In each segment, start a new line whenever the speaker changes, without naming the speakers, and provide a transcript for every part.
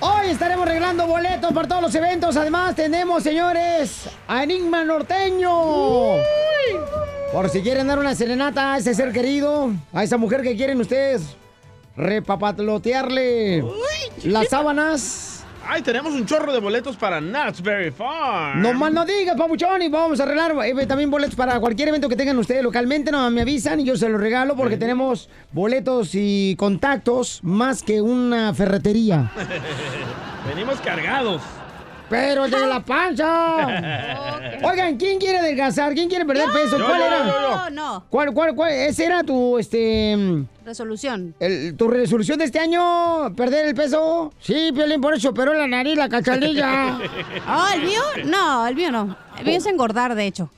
Hoy estaremos regalando boletos para todos los eventos. Además, tenemos, señores, a Enigma Norteño. Por si quieren dar una serenata a ese ser querido, a esa mujer que quieren ustedes repapatlotearle las sábanas.
Ay, tenemos un chorro de boletos para Nutsberry Farm.
No más no digas, papuchón, y vamos a arreglar eh, también boletos para cualquier evento que tengan ustedes localmente. No, me avisan y yo se los regalo porque tenemos boletos y contactos más que una ferretería.
Venimos cargados.
Pero de la pancha. Oigan, ¿quién quiere adelgazar? ¿Quién quiere perder peso?
Yo,
¿Cuál
yo,
era?
yo, yo. No, no.
¿Cuál, cuál, cuál? Esa era tu, este,
Resolución.
el- tu resolución de este año, perder el peso. Sí, Piolín, por eso operó la nariz, la cachanilla.
Ah, ¿el mío? No, el mío no. El mío es engordar, de hecho.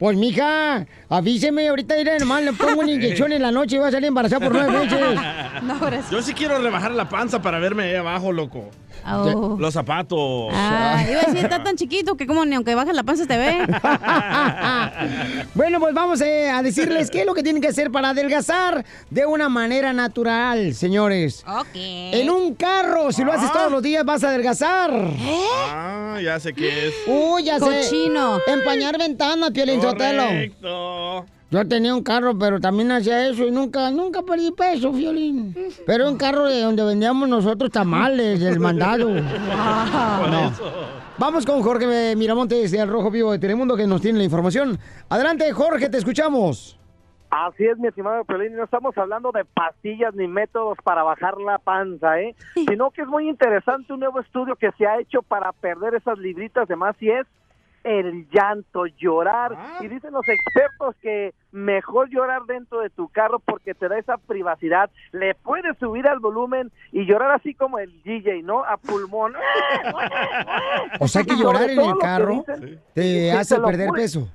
Pues, mija, avíseme ahorita, iré nomás, le pongo una inyección en la noche y voy a salir embarazada por nueve meses.
No, gracias.
Yo sí quiero rebajar la panza para verme ahí abajo, loco.
Oh.
Los zapatos.
Ah, iba a decir, está tan chiquito que como ni aunque bajes la panza te ve.
Bueno, pues vamos eh, a decirles qué es lo que tienen que hacer para adelgazar de una manera natural, señores.
Ok.
En un carro, si lo haces todos los días, vas a adelgazar.
Ah, ya sé qué es.
Uy, ya sé.
¿Eh? Cochino.
Empañar ventanas, Piolín Sotelo.
Correcto.
Yo tenía un carro, pero también hacía eso y nunca, nunca perdí peso, Violín. Pero un carro de donde vendíamos nosotros tamales, del mandado.
Por
No.
eso.
Vamos con Jorge Miramontes de Al Rojo Vivo de Telemundo que nos tiene la información. Adelante, Jorge, te escuchamos.
Así es, mi estimado Pelín, no estamos hablando de pastillas ni métodos para bajar la panza, ¿eh? sino que es muy interesante un nuevo estudio que se ha hecho para perder esas libritas de más y es el llanto, llorar.
Ah.
Y dicen los expertos que mejor llorar dentro de tu carro porque te da esa privacidad. Le puedes subir al volumen y llorar así como el DJ, ¿no? A pulmón.
O sea que
Y sobre
llorar en
todo
el
lo que
carro
dicen-
te
Sí,
hace
te lo
perder
juro.
peso.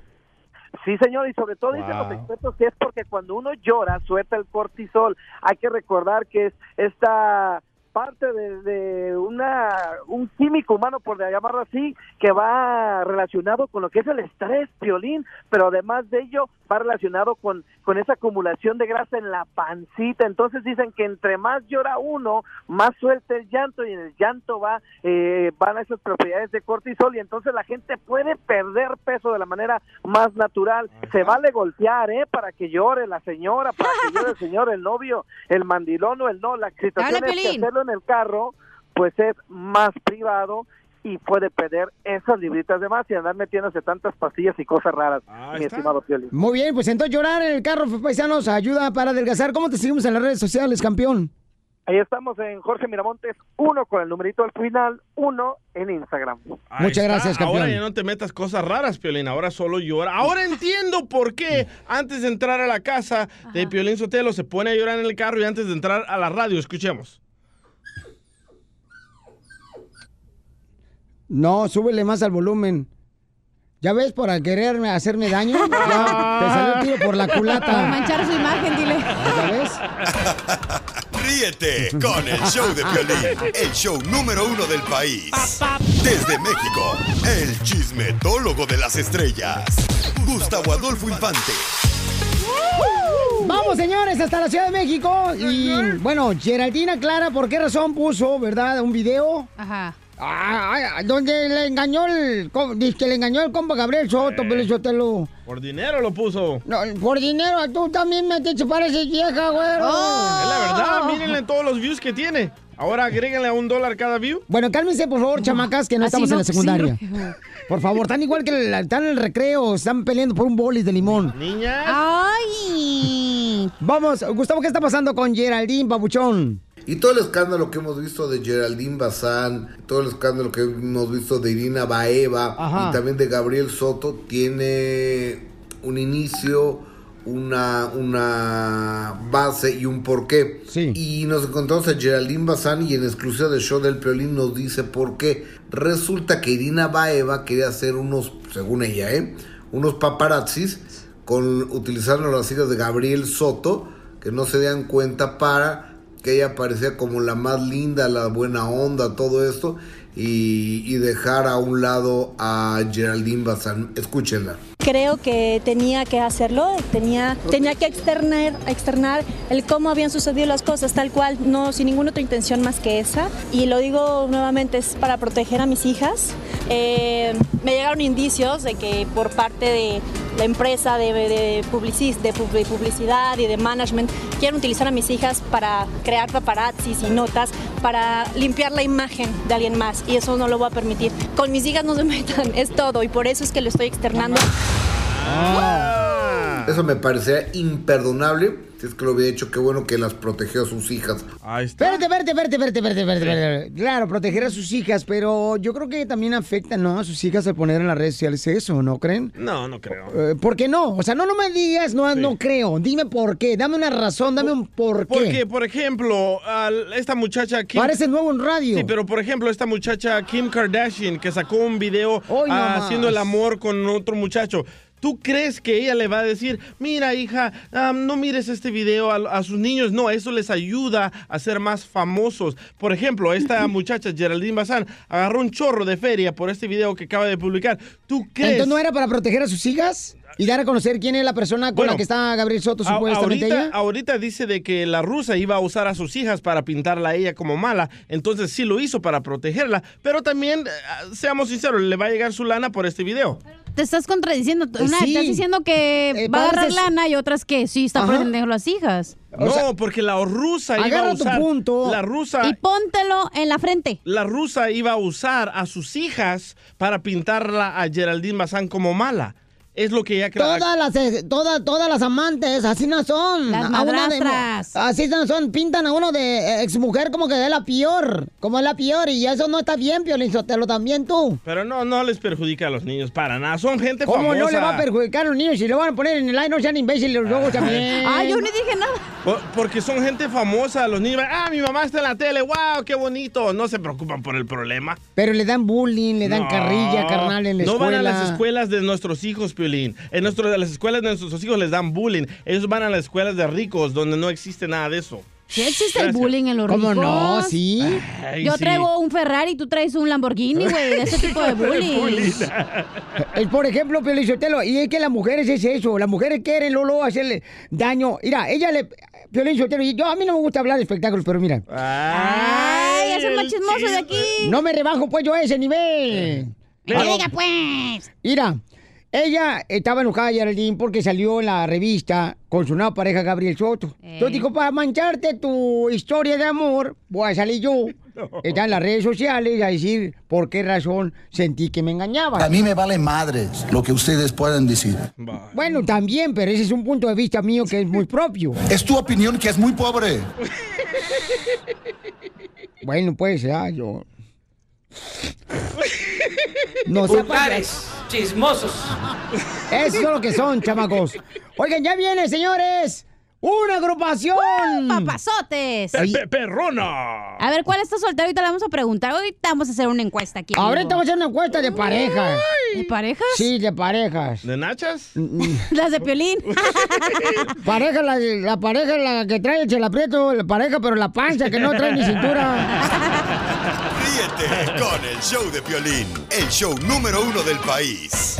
Sí, señor, y sobre todo dicen los
Wow.
expertos que es porque cuando uno llora suelta el cortisol. Hay que recordar que es esta parte de, de una un químico humano, por llamarlo así, que va relacionado con lo que es el estrés, violín, pero además de ello va relacionado con, con esa acumulación de grasa en la pancita. Entonces dicen que entre más llora uno, más suelta el llanto y en el llanto va eh, van a esas propiedades de cortisol y entonces la gente puede perder peso de la manera más natural. Se vale golpear, ¿eh? Para que llore la señora, para que llore el señor, el novio, el mandilón o el no. La
Dale,
situación es que
Piolín.
hacerlo en el carro, pues es más privado y puede perder esas libritas de más y andar metiéndose tantas pastillas y cosas raras,
Ahí
mi
está.
estimado Piolín.
Muy bien, pues entonces llorar en el carro, paisanos, ayuda para adelgazar. ¿Cómo te seguimos en las redes sociales, campeón?
Ahí estamos en Jorge Miramontes, uno con el numerito al final, uno en Instagram.
Ahí
Muchas gracias,
Ahora
campeón.
ya no te metas cosas raras, Piolín. Ahora solo llora. Ahora entiendo por qué antes de entrar a la casa de Piolín Sotelo se pone a llorar en el carro y antes de entrar a la radio, escuchemos.
No, súbele más al volumen. ¿Ya ves? Para quererme hacerme daño, ya te salió el tiro por la
Para
culata.
manchar su imagen, dile.
¿Ya ves?
Ríete con el show de Piolín, el show número uno del país. Desde México, el chismetólogo de las estrellas, Gustavo Adolfo Infante.
Vamos, señores, hasta la Ciudad de México. Y bueno, Geraldina Clara, ¿por qué razón puso, verdad, un video?
Ajá.
Ah, ah, donde le engañó el. com- Dice que le engañó el compa Gabriel Soto, pero yo te lo.
Por dinero lo puso.
No, por dinero, tú también me te pareces vieja, güero.
Es
Oh.
la
Oh.
verdad, mírenle todos los views que tiene. Ahora agréguenle a un dólar cada view.
Bueno, cálmense, por favor, chamacas, que no
Así
estamos en la
así
secundaria.
no.
Por favor, están igual que el, están en el recreo, están peleando por un bolis de limón.
Niña.
Ay.
Vamos, Gustavo, ¿qué está pasando con Geraldine, papuchón?
Y todo el escándalo que hemos visto de Geraldine Bazán, todo el escándalo que hemos visto de Irina Baeva
Ajá.
y también de Gabriel Soto tiene un inicio, una, una base y un porqué.
Sí.
Y nos encontramos a Geraldine Bazán y en exclusiva de Show del Piolín nos dice por qué. Resulta que Irina Baeva quería hacer unos, según ella, ¿eh? unos paparazzis con, utilizando las siglas de Gabriel Soto, que no se dan cuenta para que ella aparecía como la más linda, la buena onda, todo esto, y, y dejar a un lado a Geraldine Bazán. Escúchenla.
Creo que tenía que hacerlo, tenía, tenía que externar, externar el cómo habían sucedido las cosas, tal cual, no sin ninguna otra intención más que esa. Y lo digo nuevamente, es para proteger a mis hijas. Eh, me llegaron indicios de que por parte de la empresa de, de, publicis- de pub- de publicidad y de management quieren utilizar a mis hijas para crear paparazzis y notas para limpiar la imagen de alguien más y eso no lo voy a permitir. Con mis hijas no se metan, es todo y por eso es que lo estoy externando.
Eso me parecía imperdonable. Si es que lo hubiera hecho, qué bueno que las protegió a sus hijas.
Ahí está.
Espérate, espérate, espérate, espérate, espérate, espérate, espérate. Claro, proteger a sus hijas, pero yo creo que también afecta, ¿no? A sus hijas al poner en las redes sociales eso, ¿no creen?
No, no creo.
Eh, ¿Por qué no? O sea, no, no me digas, no, no creo. Dime por qué. Dame una razón, dame un por qué.
Porque, por ejemplo, al- esta muchacha Kim...
Parece nuevo en radio.
Sí, pero por ejemplo, esta muchacha Kim Kardashian que sacó un video
Hoy no
ah,
más.
haciendo el amor con otro muchacho. ¿Tú crees que ella le va a decir, mira hija, ah, no mires este video a, a sus niños? No, eso les ayuda a ser más famosos. Por ejemplo, esta muchacha Geraldine Bazán agarró un chorro de feria por este video que acaba de publicar. ¿Tú crees?
¿Entonces no era para proteger a sus hijas? ¿Y dar a conocer quién es la persona con la
Bueno,
que está Gabriel Soto,
A-
supuestamente
ahorita, ah,
ella?
ahorita dice de que la rusa iba a usar a sus hijas para pintarla a ella como mala, entonces sí lo hizo para protegerla, pero también, eh, seamos sinceros, le va a llegar su lana por este video.
Te estás contradiciendo. Una,
sí.
Estás diciendo que
Eh,
va a agarrar
parece-
lana y otras que sí está
Ajá.
protegiendo las hijas.
O
no,
sea,
porque la rusa iba
agarra
a
tu
usar...
punto.
La rusa...
Y póntelo en la frente.
La rusa iba a usar a sus hijas para pintarla a Geraldine Bazán como mala. Es lo que ella cre-
Todas las, eh, todas, todas las amantes, así no son.
Las
A una de-
madrastras.
así no son, pintan a uno de eh, exmujer como que es la peor, como es la peor, y eso no está bien, Piolín Sotelo, también tú.
Pero no, no les perjudica a los niños para nada. Son gente
¿Cómo
famosa. Ah.
no le va a perjudicar a los niños si lo van a poner en el aire? No sean imbéciles los lobos también.
Ay, yo no dije nada.
Por- Porque son gente famosa, los niños. Ah, mi mamá está en la tele, wow, qué bonito. No se preocupan por el problema.
Pero le dan bullying, le dan
No.
carrilla, carnal, en la
No
escuela.
van a las escuelas de nuestros hijos, Piolín. En nuestro, a las escuelas de nuestros hijos les dan bullying. Ellos van a las escuelas de ricos, donde no existe nada de eso.
Sí existe el
Gracias.
bullying en los
¿Cómo
ricos.
no? Sí.
Ay,
Yo
sí.
traigo un Ferrari y tú traes un Lamborghini, güey. De ese tipo de bullying.
Bullying.
Eh, Por ejemplo, Piolín Sotelo, y es que las mujeres es eso, las mujeres quieren Lolo hacerle daño. Mira, ella le... Piolín Sotelo, y yo a mí no me gusta hablar de espectáculos, pero mira,
Ay, es el
el
más chismoso de
chisme.
aquí.
no me rebajo pues yo a ese nivel.
Que diga, pues.
Mira, ella estaba enojada, Geraldine, porque salió en la revista con su nueva pareja, Gabriel Soto.
Eh.
Entonces dijo, para mancharte tu historia de amor, voy a salir yo. Está en las redes sociales a decir por qué razón sentí que me engañaba.
A mí me vale madres lo que ustedes puedan decir.
Bah.
Bueno, también, pero ese es un punto de vista mío que es muy propio.
Es tu opinión que es muy pobre.
Bueno, pues ya, yo... No sé
chismosos.
Eso es lo que son, chamacos. Oigan, ya viene, señores. Una agrupación.
Uh, Papazotes.
Pe- pe- Perrona.
A ver, ¿cuál está soltero? Ahorita le vamos a preguntar. Ahorita vamos a hacer una encuesta aquí. amigo.
Ahorita vamos a hacer una encuesta de parejas.
¿De parejas?
Sí, de parejas. Mm,
¿De nachas?
Las de Piolín.
Pareja, la, la pareja la que trae el aprieto, la pareja, pero la panza que no trae ni cintura.
Ríete con el show de Piolín, el show número uno del país.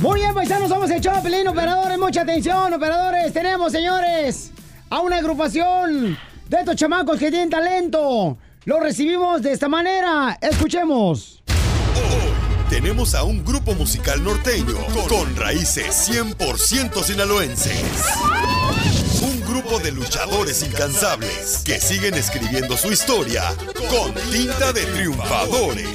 Muy bien, paisanos, somos el Choplin, operadores, mucha atención, operadores. Tenemos, señores, a una agrupación de estos chamacos que tienen talento. Los recibimos de esta manera. Escuchemos.
Tenemos a un grupo musical norteño con, con raíces 100% sinaloenses. Un grupo de luchadores incansables que siguen escribiendo su historia con tinta de triunfadores.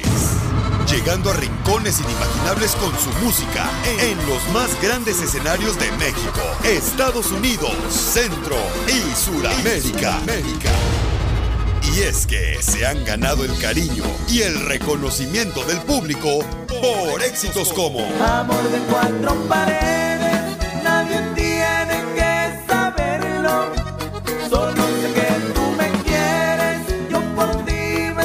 Llegando a rincones inimaginables con su música en los más grandes escenarios de México, Estados Unidos, Centro y Sudamérica. Y es que se han ganado el cariño y el reconocimiento del público por éxitos como
Amor de cuatro paredes, nadie tiene que saberlo. Solo sé que tú me quieres, yo por ti me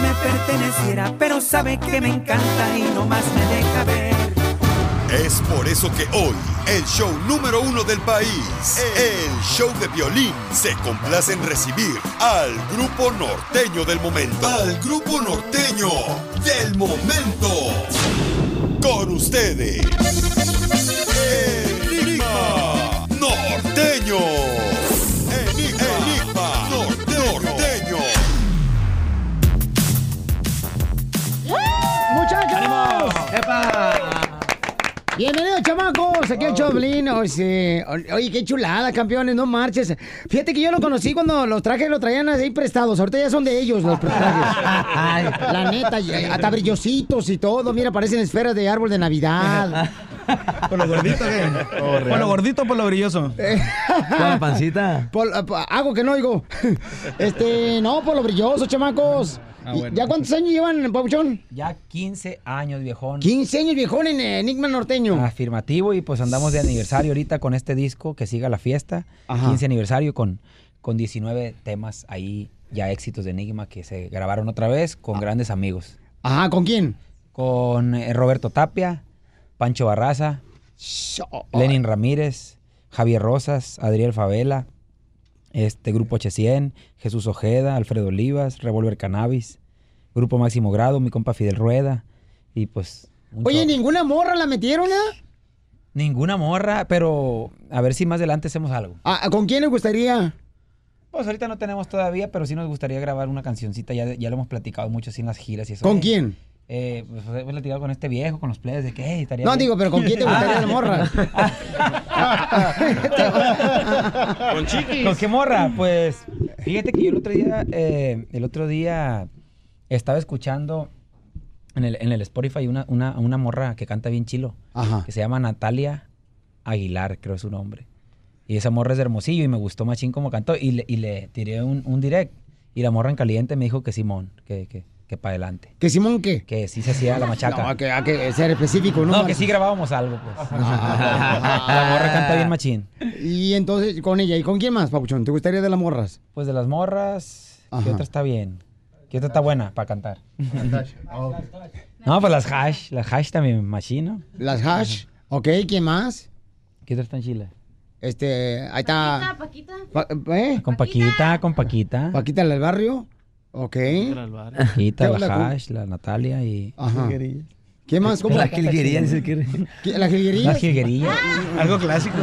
me perteneciera, pero sabe que me encanta y no más me deja ver.
Es por eso que hoy, el show número uno del país, el show de violín, se complace en recibir al grupo norteño del momento. Al grupo norteño del momento. Con ustedes, Enigma Norteño. Enigma, Enigma Norteño.
¡Muchachos! Bienvenidos, chamacos.
Oh.
Aquí el Choblin. Oye, sí. O- oye, qué chulada, campeones. No marches. Fíjate que yo lo conocí cuando los trajes lo traían ahí prestados. Ahorita ya son de ellos los trajes. La neta, y- eh, hasta brillositos y todo. Mira, parecen esferas de árbol de Navidad.
¿Por lo gordito qué? ¿Por lo gordito o por lo brilloso?
Eh,
¿Con la pancita?
Por- ah, pa- hago que no oigo. Este, no, por lo brilloso, chamacos.
Ah,
¿Y
bueno.
¿Ya cuántos años llevan, Pabuchón?
Ya 15 años, viejón.
15 años, viejón, en eh, Enigma Norteño.
Ah, Afirmativo, y pues andamos de aniversario ahorita con este disco, que siga la fiesta.
Ajá.
15 aniversario con, con 19 temas ahí, ya éxitos de Enigma, que se grabaron otra vez con grandes amigos.
Ah. Ajá, ¿con quién?
Con eh, Roberto Tapia, Pancho Barraza, Lenin Ramírez, Javier Rosas, Adriel Favela, este Grupo 800, Jesús Ojeda, Alfredo Olivas, Revolver Cannabis, Grupo Máximo Grado, mi compa Fidel Rueda, y pues... un
Oye,
chorro.
¿ninguna morra la metieron, eh?
Ninguna morra, pero a ver si más adelante hacemos algo.
Ah, ¿Con quién le gustaría?
Pues ahorita no tenemos todavía, pero sí nos gustaría grabar una cancioncita. Ya, ya lo hemos platicado mucho así en las giras y eso.
¿Con
Eh,
quién?
Eh, pues hemos platicado con este viejo, con los players, de que hey, estaría
No,
bien.
digo, pero ¿con quién te gustaría
Ah.
la morra?
¿Con qué morra? Pues fíjate que yo el otro día, eh, el otro día estaba escuchando en el, en el Spotify una, una, una morra que canta bien chilo.
Ajá.
Que se llama Natalia Aguilar, creo es su nombre. Y esa morra es de Hermosillo y me gustó machín como cantó. Y le, y le tiré un, un direct. Y la morra en caliente me dijo que Simón, que, que, que para adelante.
¿Que Simón qué?
Que sí se hacía la machaca.
No, que hay que ser específico, ¿no?
No, que sí grabábamos algo, pues.
La
morra canta bien machín.
Y entonces, con ella. ¿Y con quién más, Pabuchón? ¿Te gustaría de las morras?
Pues de las morras,
Ajá.
¿qué otra está bien? ¿Qué otra está buena para cantar? No, pues las hash, las hash también, machino.
Las hash. Ok, ¿quién más?
¿Qué otra está en Chile?
Este, ahí está.
Paquita,
Pa- ¿eh?
Ah, Con Paquita, con Paquita.
Paquita del barrio. Ok.
Paquita,
¿Qué habla
la
con-
hash, la Natalia y...
Ajá. ¿Qué más? ¿Cómo?
La jilguería, dice que-
¿Qué- ¿La jilguería? Ah.
La jilguería.
Algo clásico.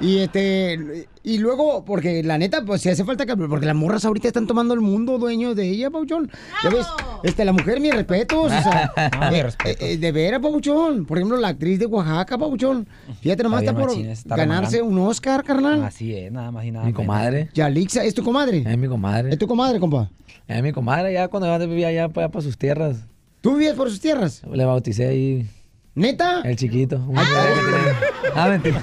Y este y luego porque la neta pues si hace falta que porque las morras ahorita están tomando el mundo dueño de ella, Pauchón. Ya ves, este la mujer mis respetos, o sea,
Ah, mis
eh, eh, de veras, Pauchón. Por ejemplo, la actriz de Oaxaca, Pauchón. Fíjate Este nomás
Está
está,
bien
por
machín, está
ganarse
remangando.
un Oscar, carnal.
Así es, nada más y nada
Mi
menos.
comadre.
Yalixa, ¿es tu comadre?
Es mi comadre.
¿Es tu comadre, compa?
Es mi comadre, ya cuando yo vivía allá pues, para, para sus tierras.
¿Tú vivías por sus tierras?
Le bauticé ahí
¿Neta?
el chiquito. un bebé que tenía.
Oh.
Ah, mentira.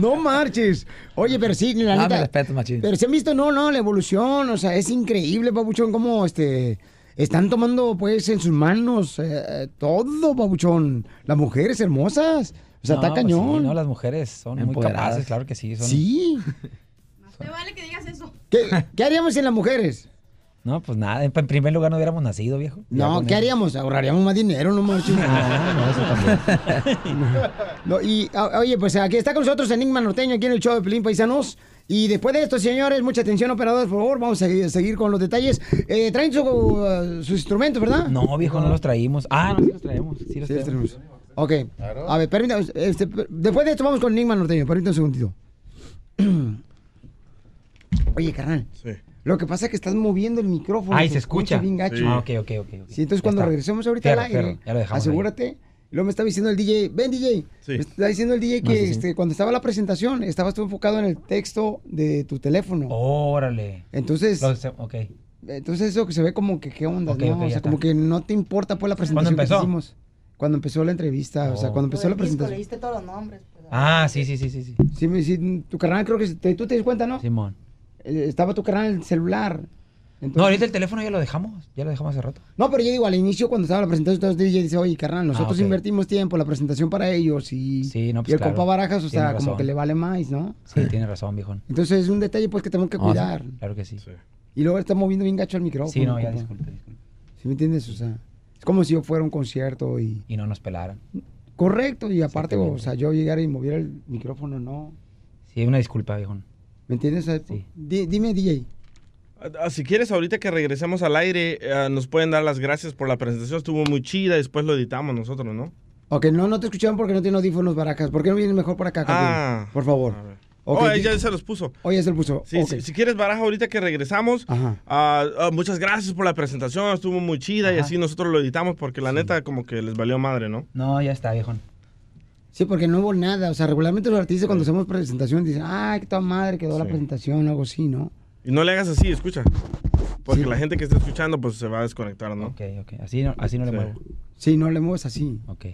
No marches. Oye, pero sí, la
Ah,
neta.
me respeto, machín.
Pero se han visto, no, no, la evolución, o sea, es increíble, Pabuchón, cómo este, están tomando pues en sus manos eh, todo, Pabuchón. Las mujeres hermosas, o sea,
No,
está
pues sí,
cañón.
no, las mujeres son muy
Empoderadas.
capaces, claro que sí. Son...
Sí.
te vale que digas eso.
¿Qué, qué haríamos sin las mujeres?
No, pues nada, en en primer lugar no hubiéramos nacido, viejo. Ya
No,
con
¿qué
eso.
haríamos? Ahorraríamos más dinero, no marches.
Ah, no, eso también.
No, y a- oye, pues aquí está con nosotros Enigma Norteño, aquí en el show de Pelín Paisanos. Y después de esto, señores, mucha atención, operadores, por favor, vamos a seguir, seguir con los detalles. Eh, traen su- uh, sus instrumentos, ¿verdad?
No, viejo, no los traímos. Ah, no, sí los traemos. Sí los
Sí, los
traemos.
tenemos. Ok. A ver, permítame. este, per- después de esto, vamos con Enigma Norteño. Permítame un segundito. Oye, carnal. Lo que pasa es que estás moviendo el micrófono.
Ay, se escucha.
bien gacho.
Ah, ok, ok, ok. ok.
Sí, entonces
Ya
cuando
está.
regresemos ahorita
Fierro,
al aire,
fierro, ya lo dejamos ahí.
asegúrate. Luego me está diciendo el DJ, ven DJ.
Sí.
Me está diciendo el DJ que
No, sí, sí.
este, cuando estaba la presentación, estabas tú enfocado en el texto de tu teléfono.
Oh. Órale.
Entonces,
Lo hice- ok.
entonces eso que se ve como que qué onda,
Ok,
¿no?
ok,
o
ya
sea,
está.
como que no te importa pues la
¿Cuándo
presentación que te
empezó?
hicimos. Cuando empezó la entrevista, o sea,
Oh.
cuando empezó la presentación.
leíste todos los nombres. pues.
Ah, sí, sí, sí, sí, sí.
Sí, me- sí, tu carnal creo que te- tú te das cuenta, ¿no?
Simón.
Eh, estaba tu carnal en el celular. Entonces-
No, ahorita el teléfono ya lo dejamos. Ya lo dejamos hace rato.
No, pero yo digo, al inicio cuando estaba la presentación, entonces DJ dice, oye, carnal, nosotros
Ah, ok.
invertimos tiempo, en la presentación para ellos y,
Sí, no, pues
y el
claro.
compa Barajas, o sea,
Tiene
como
razón.
que le vale más, ¿no?
Sí, tienes razón, viejón.
Entonces es un detalle pues que tenemos que
No, Ah, sí,
cuidar.
Claro que sí.
Y luego está moviendo bien gacho el micrófono.
Sí, no, ya
compa.
disculpe,
¿Sí me entiendes? O sea, es como si yo fuera a un concierto y...
Y no nos pelaran.
Correcto, y aparte, o sea, yo llegara y moviera el micrófono, no.
Sí, una disculpa, viejón.
¿Me entiendes? Sí. Dime, DJ.
Ah, Si quieres, ahorita que regresemos al aire, eh, nos pueden dar las gracias por la presentación. Estuvo muy chida, después lo editamos nosotros, ¿no?
Ok, no, no te escucharon porque no tiene audífonos barajas. ¿Por qué no vienes mejor para acá,
Ah.
campeón? Por favor. Ok,
Oh, ahí
di-
ya se los puso.
Oye, se lo puso.
Sí,
Ok.
sí, si quieres baraja ahorita que regresamos, ah, ah, muchas gracias por la presentación, estuvo muy chida y así nosotros lo editamos porque la neta como que les valió madre, ¿no?
No, ya está, viejón.
Sí, porque no hubo nada. O sea, regularmente los artistas cuando hacemos presentaciones dicen, ay, qué toda madre quedó la presentación, algo así, ¿no?
Y no le hagas así, escucha. Porque la gente que está escuchando pues se va a desconectar, ¿no? Ok,
ok, así no, así no le muevo.
Sí, no le mueves así.
Ok.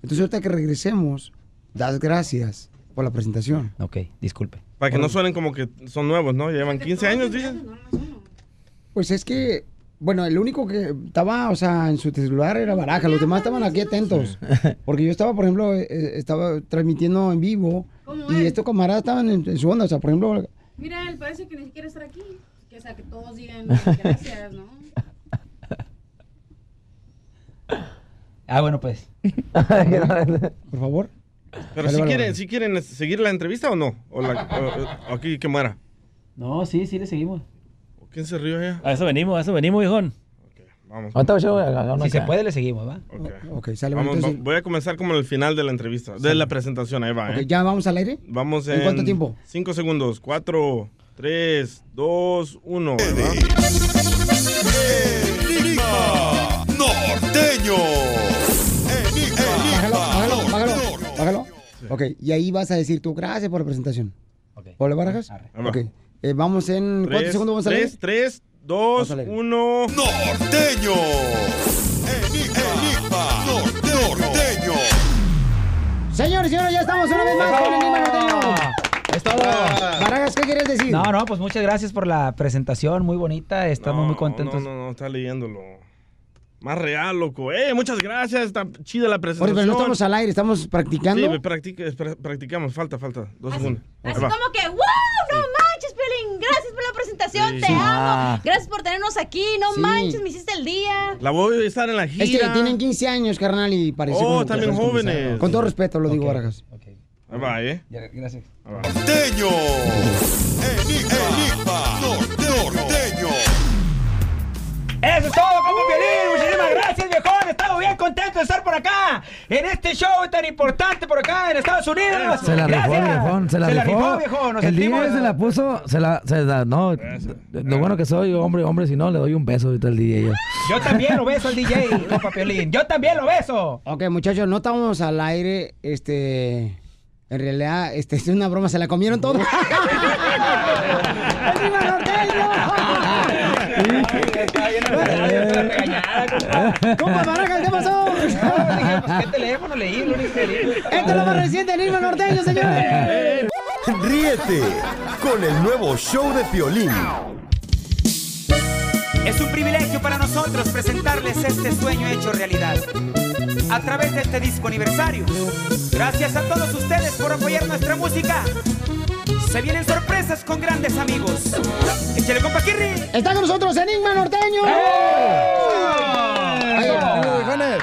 Entonces, ahorita que regresemos, das gracias por la presentación.
Ok, disculpe.
Para que no suenen como que son nuevos, ¿no? Llevan 15 años, dicen.
Pues es que, bueno, el único que estaba, o sea, en su celular era Baraja, los demás estaban aquí atentos. Porque yo estaba, por ejemplo, eh, eh, estaba transmitiendo en vivo
¿Cómo
y
es?
estos camaradas estaban en, en su onda, o sea, por ejemplo,
Mira, él parece que ni siquiera estar aquí. Que, o sea, que todos digan gracias, ¿no?
Ah, bueno, pues.
por favor.
Pero
Dale,
si
vale,
quieren,
vale.
si quieren eh, seguir la entrevista o no, o, la- o- o aquí que muera.
No, sí, sí le seguimos.
¿Quién se rió ya?
Ah,
A eso venimos, a eso venimos, viejón.
Vamos.
Ahorita voy a echar una- una
Si se
acá.
puede, le seguimos, ¿va?
Ok, sale.
Vamos,
entonces-
va- voy a comenzar como en el final de la entrevista, de la presentación, ahí va,
Ok,
¿eh?
¿Ya vamos al aire?
Vamos en...
¿En cuánto tiempo?
5 segundos, 4, 3, 2, 1.
Enigma norteño.
Bájalo,
Enigma
bájalo, bájalo, bájalo. Ok, y ahí vas a decir tú, gracias por la presentación. ¿Hola, Barajas?
Arre.
Ok. Eh, vamos en... ¿Cuántos segundos vamos a leer?
3, 3, 2, 1.
Norteño. Enigma norteño.
Señores, señores, ya estamos una vez más con el Enigma Norteño.
Es todo.
Barajas, ¿qué quieres decir?
No, no, pues muchas gracias por la presentación, muy bonita. Estamos muy
No,
contentos.
no, no, está leyéndolo. Más real, loco. Eh, muchas gracias, está chida la
Oye,
presentación.
pero no estamos al aire, estamos practicando.
Sí, practica- pra- practicamos, falta, falta. Dos segundos. Ahí
Así
va.
como que, wow, no manches, Piolín, gracias por la presentación,
Sí.
te
Ah.
amo, gracias por tenernos aquí, no
Sí.
manches, me hiciste el día.
La voy a estar en la gira.
Es que tienen 15 años, carnal, y parece
Oh,
como que
están bien
estás comenzando.
jóvenes.
Con todo respeto lo digo, Barajas.
Ahí va, eh.
gracias.
Norteño. Enigma norteño.
Eso es todo, como Piolín. Muchísimas gracias, viejón. Estamos bien contentos de estar por acá en este show tan importante por acá en Estados Unidos.
Se la rifó el
Gracias.
viejón, se la rifó.
viejón. Nos
el
sentimos-
DJ se la puso, se la, se la, no, lo bueno que soy hombre, hombre, si no le doy un beso ahorita al DJ yo.
Yo también lo beso al DJ, compa Piolín. Yo también lo beso.
Ok, muchachos, no estamos al aire, este... En realidad, este, es una broma, se la comieron todos. ¡Compa Barajas, qué pasó!
¿Qué teléfono leí? Lo único que leí.
Esto es lo más reciente del Irma Norteño, señores.
Ríete con el nuevo show de Piolín.
Es un privilegio para nosotros presentarles este sueño hecho realidad. A través de este disco aniversario, gracias a todos ustedes por apoyar nuestra música. Se vienen sorpresas con grandes amigos. Échale compa Kirri.
Está con nosotros Enigma Norteño.
¡Eh!
Oye,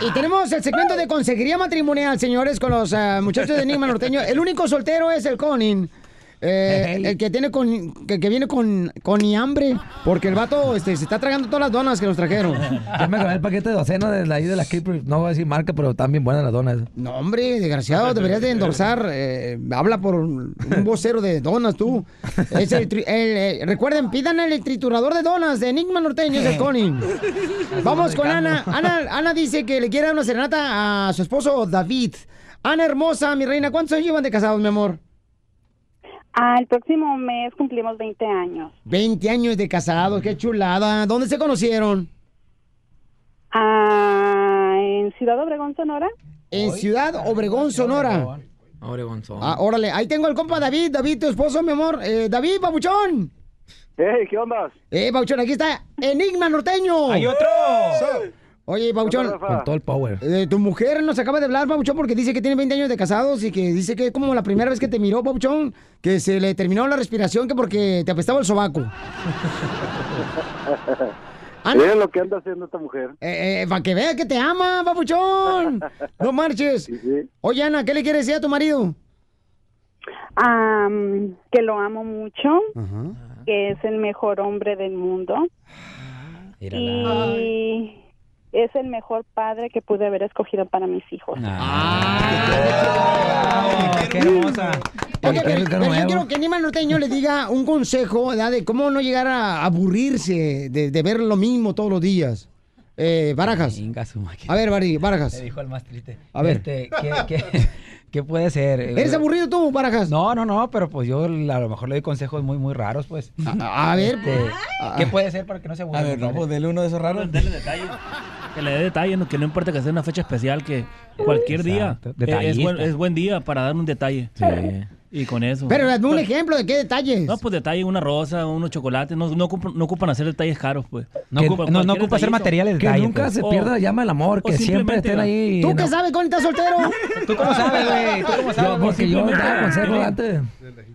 Y tenemos el segmento de consejería matrimonial, señores, con los ah, muchachos de Enigma Norteño. El único soltero es el Conin. eh, el que tiene con que, que viene con, con y hambre porque el vato este, se está tragando todas las donas que nos trajeron
Yo me acabé el paquete de docena de la ahí de la Keeper, no voy a decir marca, pero están bien buenas las donas.
No, hombre, desgraciado, deberías de endorsar. eh, habla por un vocero de donas, tú. Es el tri- el, eh, recuerden, pidan el triturador de donas de Enigma Norteño, es el Conin. Vamos con Ana. Ana. Ana dice que le quiere dar una serenata a su esposo David. Ana hermosa, mi reina, ¿cuántos años llevan de casados, mi amor?
Ah, el próximo mes cumplimos 20 años.
20 años de casados, qué chulada. ¿Dónde se conocieron?
Ah, en Ciudad Obregón, Sonora.
En Ciudad Obregón, Sonora. Ah, órale, ahí tengo al compa David, David, tu esposo, mi amor. Eh, David, papuchón.
Hey, ¿qué onda?
Eh, papuchón, aquí está Enigma Norteño.
¡Hay otro!
Oye, Pauchón.
Hola, Rafa. Con todo el power.
Eh, tu mujer nos acaba de hablar, Pauchón, porque dice que tiene 20 años de casados y que dice que es como la primera vez que te miró, Pauchón, que se le terminó la respiración que porque te apestaba el sobaco. Ah, no.
Mira lo que anda haciendo esta mujer.
Eh, eh, para que vea que te ama, Papuchón. No marches. Oye, Ana, ¿qué le quieres decir a tu marido?
Am, que lo amo mucho, que es el mejor hombre del mundo
Ah,
y es el mejor padre que pude haber escogido para mis hijos.
Ah,
¡Qué hermosa!
Oye,
Qué
pero,
rico
pero yo
nuevo.
quiero que Nima Norteño le diga un consejo ¿verdad? de cómo no llegar a aburrirse de, de ver lo mismo todos los días. Eh, Barajas. A ver, Bari- Barajas.
Le dijo al más triste.
A ver.
Este, ¿qué, qué, qué puede ser? eh,
¿Eres aburrido tú, Barajas?
No, no, no, pero pues yo a lo mejor le doy consejos muy, muy raros, pues.
A, ver,
pues. ¿Qué puede ser para que no se aburra?
A ver, no, pues dele uno de esos raros. Dele detalles.
Que le dé detalles, no- que no importa que sea una fecha especial, que cualquier día
Exacto.
eh, es, buen,
Detallista.
es buen día para dar un detalle. Y con eso. Pues,
Pero dame un ejemplo de qué detalles.
No, pues detalle, una rosa, unos chocolates. No, no, ocupan, no ocupan hacer detalles caros, pues.
No
Que-
ocupa- no- no
cualquier
ocupa hacer
detallito.
materiales
Que
detalles,
nunca
pues.
se
O-
pierda, llama el amor,
o
que siempre
simplemente
estén
la-
ahí.
¿Tú qué sabes cuando estás soltero?
¿Tú cómo sabes, güey? ¿Tú cómo sabes?
Yo, porque yo daba consejos
antes.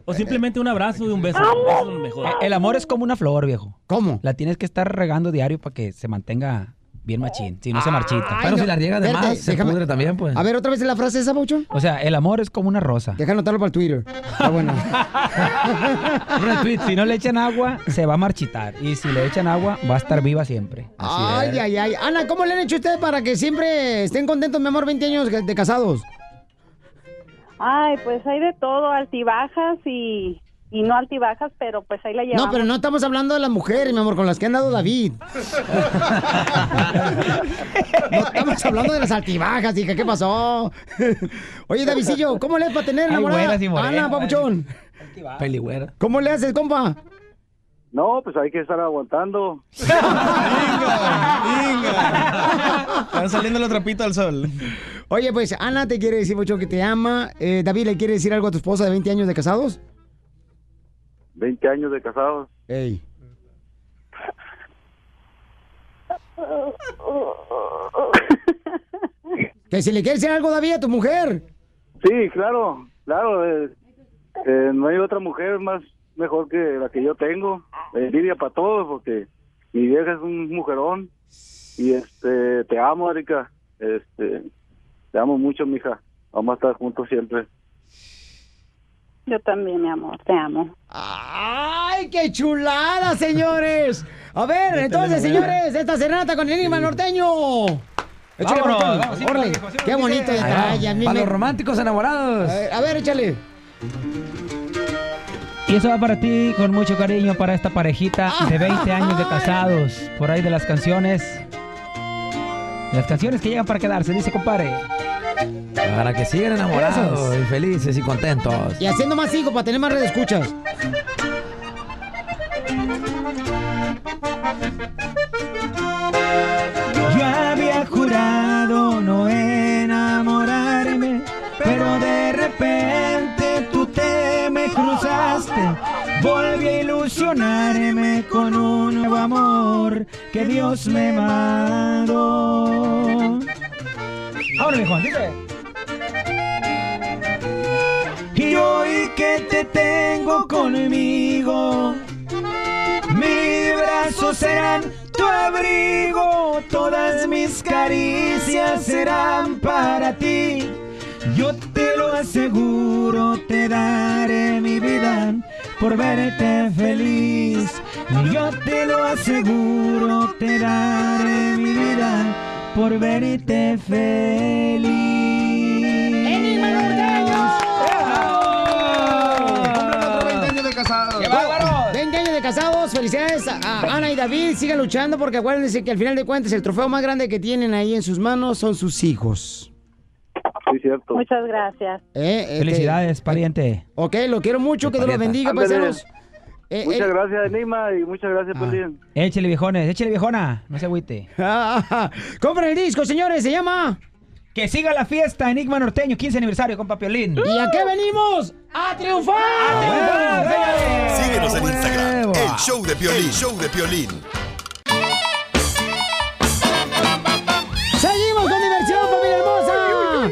O simplemente un abrazo y un beso. Eso es lo mejor.
El amor es como una flor, viejo.
¿Cómo?
La tienes que estar regando diario para que se mantenga bien machín, si no se marchita.
Ay, no. Espérate, déjame-
pues.
A ver, otra vez la frase esa, Pauchón.
O sea, el amor es como una rosa.
Deja anotarlo para el Twitter. Está bueno.
si no le echan agua, se va a marchitar. Y si le echan agua, va a estar viva siempre. Así
Ay, ay, ay. Ana, ¿cómo le han hecho ustedes para que siempre estén contentos, mi amor, 20 años de casados?
Ay, pues hay de todo, altibajas y, y no altibajas, pero pues ahí la llevamos.
No, pero no estamos hablando de las mujeres, mi amor, con las que han dado David. No estamos hablando de las altibajas, hija, ¿qué pasó? Oye, Davidillo, ¿cómo le haces para tener
Ay,
enamorada?
güeras y morenas,
Ana, papuchón.
Peligüera.
¿Cómo le haces, compa?
No, pues hay que estar aguantando.
Están saliendo los trapitos al sol.
Oye, pues Ana te quiere decir mucho que te ama. Eh, David, ¿le quiere decir algo a tu esposa de 20 años de casados?
20 años de casados.
Ey. Que si le quieres decir algo, David, a tu mujer.
Sí, claro, claro. eh, eh, no hay otra mujer más mejor que la que yo tengo. Envidia para todos porque mi vieja es un mujerón. Y este, te amo, Erika. Este, te amo mucho, mija. Vamos a estar juntos siempre.
Yo también, mi amor, te amo.
¡Ay, qué chulada, señores! A ver, entonces,
telenovela.
señores, esta serenata con Enigma Norteño. Échale,
Vámonos,
Papuchón.
vamos, sí,
Órale,
lo dijo, sí, lo
qué
dice.
bonito
Ahí va.
detalle. a mí
Para
me-
los románticos enamorados.
A ver, a ver, échale.
Y eso va para ti con mucho cariño para esta parejita
Ah.
de 20 años de casados. Por ahí de las canciones. Las canciones que llegan para quedarse, dice compadre.
Para que sigan enamorados
Esos.
y felices y contentos.
Y haciendo más hijos para tener más redes escuchas.
Yo había jurado no enamorarme, pero de repente tú te me cruzaste. Volví a ilusionarme con un nuevo amor que Dios me mandó. Ahora, mi Juan, dice. Y hoy que te tengo conmigo, mis brazos serán tu abrigo, todas mis caricias serán para ti. Yo te lo aseguro, te daré mi vida por verte feliz. Yo te lo aseguro, te daré mi vida por verte feliz. ¡Enigma
de casados.
bárbaro! 20 años de casados, felicidades a- a Ana y David. Sigan luchando porque acuérdense que al final de cuentas el trofeo más grande que tienen ahí en sus manos son sus hijos.
Sí, cierto.
Muchas gracias.
Eh, este, eh,
Felicidades, pariente.
Ok, lo quiero mucho, que Dios los bendiga,
Ándale.
paisanos. Eh, Ah,
muchas gracias, Enigma, y muchas gracias, Pelín.
Échale viejones, échale viejona, no se agüite.
Compren el disco, señores, se llama
Que siga la fiesta Enigma Norteño, 15 aniversario con Papiolín.
¿Y a qué venimos? ¡A triunfar! ¡A
Síguenos en Instagram, el show de Piolín, show de Piolín.
Ah,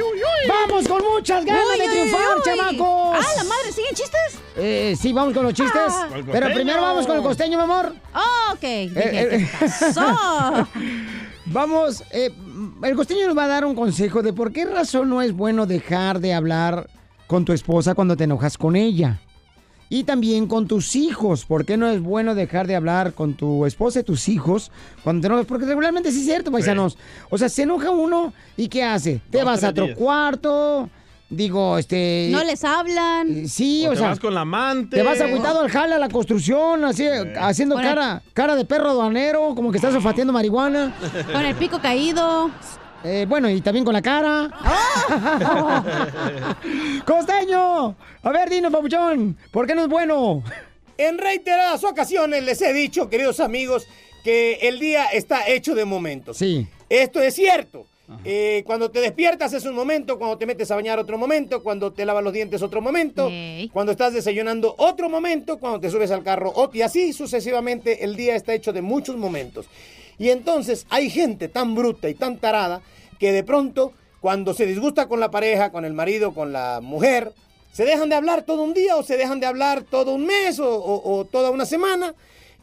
Eh, sí, vamos con los chistes.
Ah. ¿Cuál
Pero
costeño?
primero vamos con el costeño, mi amor. Eh,
ok. Dije, ¿qué pasó?
vamos, eh, el costeño nos va a dar un consejo de por qué razón no es bueno dejar de hablar con tu esposa cuando te enojas con ella. Y también con tus hijos. ¿Por qué no es bueno dejar de hablar con tu esposa y tus hijos cuando te enojas? Porque regularmente sí es cierto, paisanos. O sea, se enoja uno y ¿qué hace? Te vas a
tres
otro
días.
cuarto. Digo, este.
No les hablan.
Sí,
O
o,
te
sea.
vas con la amante.
Te vas agüitado al jale a la construcción, así, haciendo
Con el-
cara, cara de perro aduanero, como que estás olfateando marihuana.
Con el pico caído.
Eh, bueno, y también con la cara.
¡Ah!
¡Costeño! A ver, dinos, papuchón, ¿por qué no es bueno?
En reiteradas ocasiones les he dicho, queridos amigos, que el día está hecho de momentos.
Sí.
Esto es cierto. Eh, cuando te despiertas es un momento, cuando te metes a bañar otro momento, cuando te lavas los dientes otro momento, cuando estás desayunando otro momento, cuando te subes al carro otro, y así sucesivamente el día está hecho de muchos momentos. Y entonces hay gente tan bruta y tan tarada que de pronto cuando se disgusta con la pareja, con el marido, con la mujer, se dejan de hablar todo un día o se dejan de hablar todo un mes o, o- o toda una semana.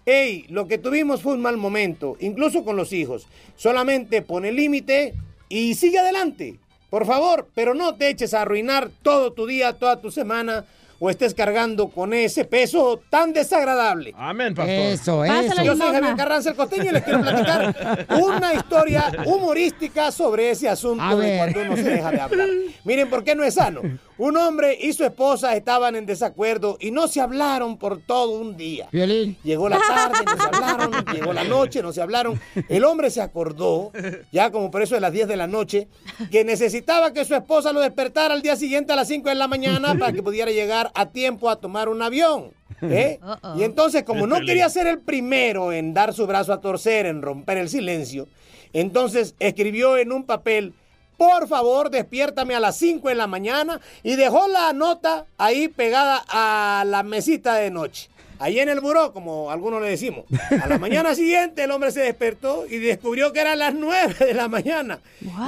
Ey, lo que tuvimos fue un mal momento, incluso con los hijos. Solamente pone límite y sigue adelante. Por favor, pero no te eches a arruinar todo tu día, toda tu semana o estés cargando con ese peso tan desagradable.
Amén,
pastor. Eso,
es.
eso.
Yo soy Javier Carranza el Costeño y les quiero platicar una historia humorística sobre ese asunto
A
de
ver.
cuando uno se deja de hablar. Miren por qué no es sano. Un hombre y su esposa estaban en desacuerdo y no se hablaron por todo un día.
Violín.
Llegó la tarde, no se hablaron, llegó la noche, no se hablaron. El hombre se acordó, ya como por eso de las 10 de la noche, que necesitaba que su esposa lo despertara al día siguiente a las 5 de la mañana para que pudiera llegar a tiempo a tomar un avión. ¿eh?
Uh-oh.
Y entonces, como no
Excelente.
quería ser el primero en dar su brazo a torcer, en romper el silencio, entonces escribió en un papel, por favor, despiértame a las 5 de la mañana y dejó la nota ahí pegada a la mesita de noche. Ahí en el buró, como algunos le decimos. A la mañana siguiente el hombre se despertó y descubrió que eran las 9 de la mañana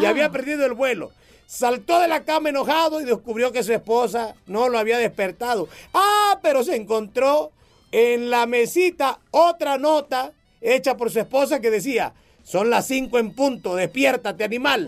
y había perdido el vuelo. Saltó de la cama enojado y descubrió que su esposa no lo había despertado. Ah, pero se encontró en la mesita otra nota hecha por su esposa que decía, son las 5 en punto, despiértate animal.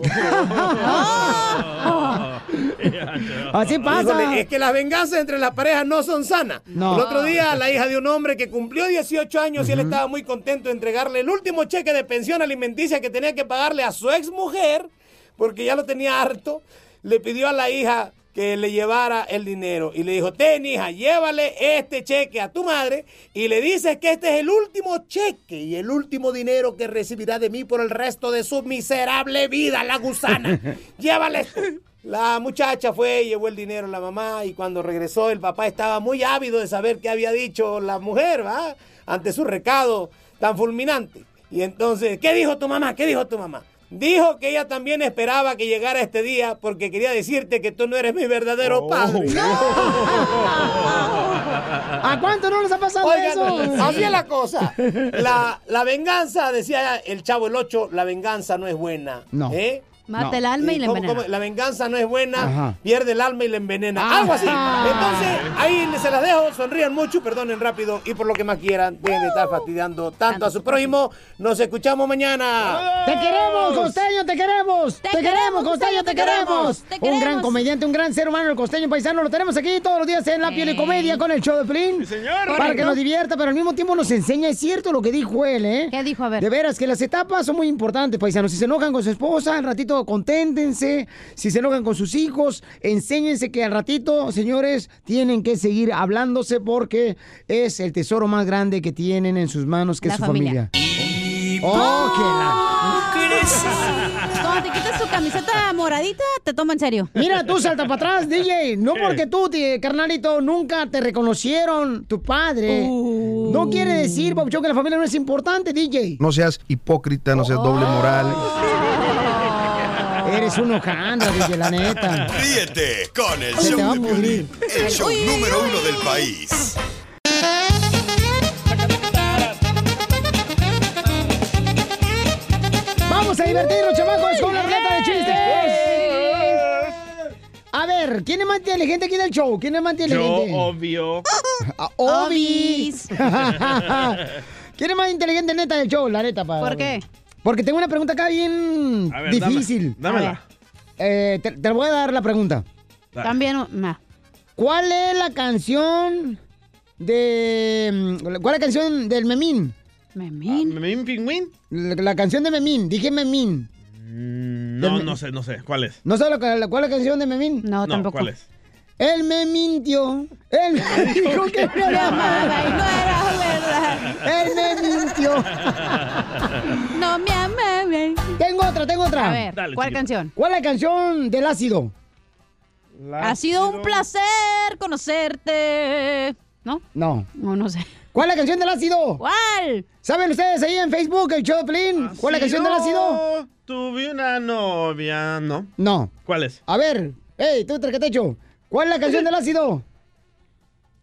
Así pasa.
Híjole, es que las venganzas entre las parejas no son sanas.
No.
El otro día, la hija de un hombre que cumplió 18 años y él estaba muy contento de entregarle el último cheque de pensión alimenticia que tenía que pagarle a su ex mujer, porque ya lo tenía harto, le pidió a la hija que le llevara el dinero y le dijo, ten hija, llévale este cheque a tu madre y le dices que este es el último cheque y el último dinero que recibirá de mí por el resto de su miserable vida, la gusana. Llévale esto. La muchacha fue, llevó el dinero a la mamá y cuando regresó el papá estaba muy ávido de saber qué había dicho la mujer, ¿va? Ante su recado tan fulminante. Y entonces, ¿qué dijo tu mamá? ¿Qué dijo tu mamá? Dijo que ella también esperaba que llegara este día porque quería decirte que tú no eres mi verdadero padre.
¿A cuánto no les ha pasado
Oigan,
eso?
así es la cosa. La, la venganza, decía el chavo el 8, la venganza no es buena.
No.
¿eh?
Mata el alma y la
¿Cómo,
envenena.
cómo? La venganza no es buena,
Ajá.
pierde el alma y la envenena.
Ah.
Algo así. Entonces, ahí se las dejo, sonrían mucho, perdonen rápido y por lo que más quieran, dejen de estar fastidiando tanto a su prójimo. Nos escuchamos mañana.
¡Te queremos, Costeño, te queremos! ¡Te, queremos, Costeño, te queremos!
te
Un gran
queremos.
comediante, un gran ser humano, el Costeño Paisano. Lo tenemos aquí todos los días en La Piel y Comedia con el show de Plin. Para que
Correcto.
nos divierta, pero al mismo tiempo nos enseña, es cierto lo que dijo él, ¿eh? ¿Qué dijo? A ver. De veras, que las etapas son muy importantes, paisanos. Si se enojan con su esposa, al ratito conténtense. Si se enojan con sus hijos, enséñense que al ratito, señores, tienen que seguir hablándose porque es el tesoro más grande que tienen en sus manos, que
La
es su
familia.
familia. ¡Oh, qué la-
Cuando te quitas tu camiseta moradita, te toma en serio.
Mira, tú salta para atrás, DJ. No porque tú, ti- carnalito, nunca te reconocieron tu padre.
Uh.
No quiere decir, Papuchón, que la familia no es importante, DJ.
No seas hipócrita, no seas doble moral.
Eres un hojandra, DJ, la neta.
Ríete con el
Se te va
show
a
de
morir.
Piolín, el show número uno del país.
Vamos a divertirnos, chamacos, con la ruleta de chistes. A ver, ¿quién es más inteligente aquí en el show? ¿Quién es más
Yo,
inteligente?
obvio.
Ah, obis. ¿Quién es más inteligente neta del show, la neta? pa-
¿Por qué?
Porque tengo una pregunta acá bien
A ver, dame-
difícil.
dámela. A ver.
Eh, te, te voy a dar la pregunta.
Dale. También, ma.
¿Cuál es la canción de... mm, ¿Cuál es la canción del Memín?
¿Memín?
¿Memín Pingüín?
La, la canción de Memín, dije Memín.
No, no sé, no sé. ¿Cuál es?
¿No sabes lo que- la- cuál es la canción de Memín?
No, tampoco. ¿cuál es?
Él me mintió. Él me dijo que me amaba y no era verdad. Él me mintió.
No me amé.
Tengo otra, tengo otra.
A ver, Dale, ¿cuál chiquito. canción?
¿Cuál es la canción del ácido?
Ha sido un placer conocerte. ¿No?
No.
No, no sé.
¿Cuál es la canción del ácido?
¿Cuál?
¿Saben ustedes ahí en Facebook, el show de Pelín? ¿Cuál es la canción del ácido?
Yo Tuve una novia, ¿no?
No.
¿Cuál es?
A ver, hey, tú traquetecho. ¿Cuál es la canción del ácido?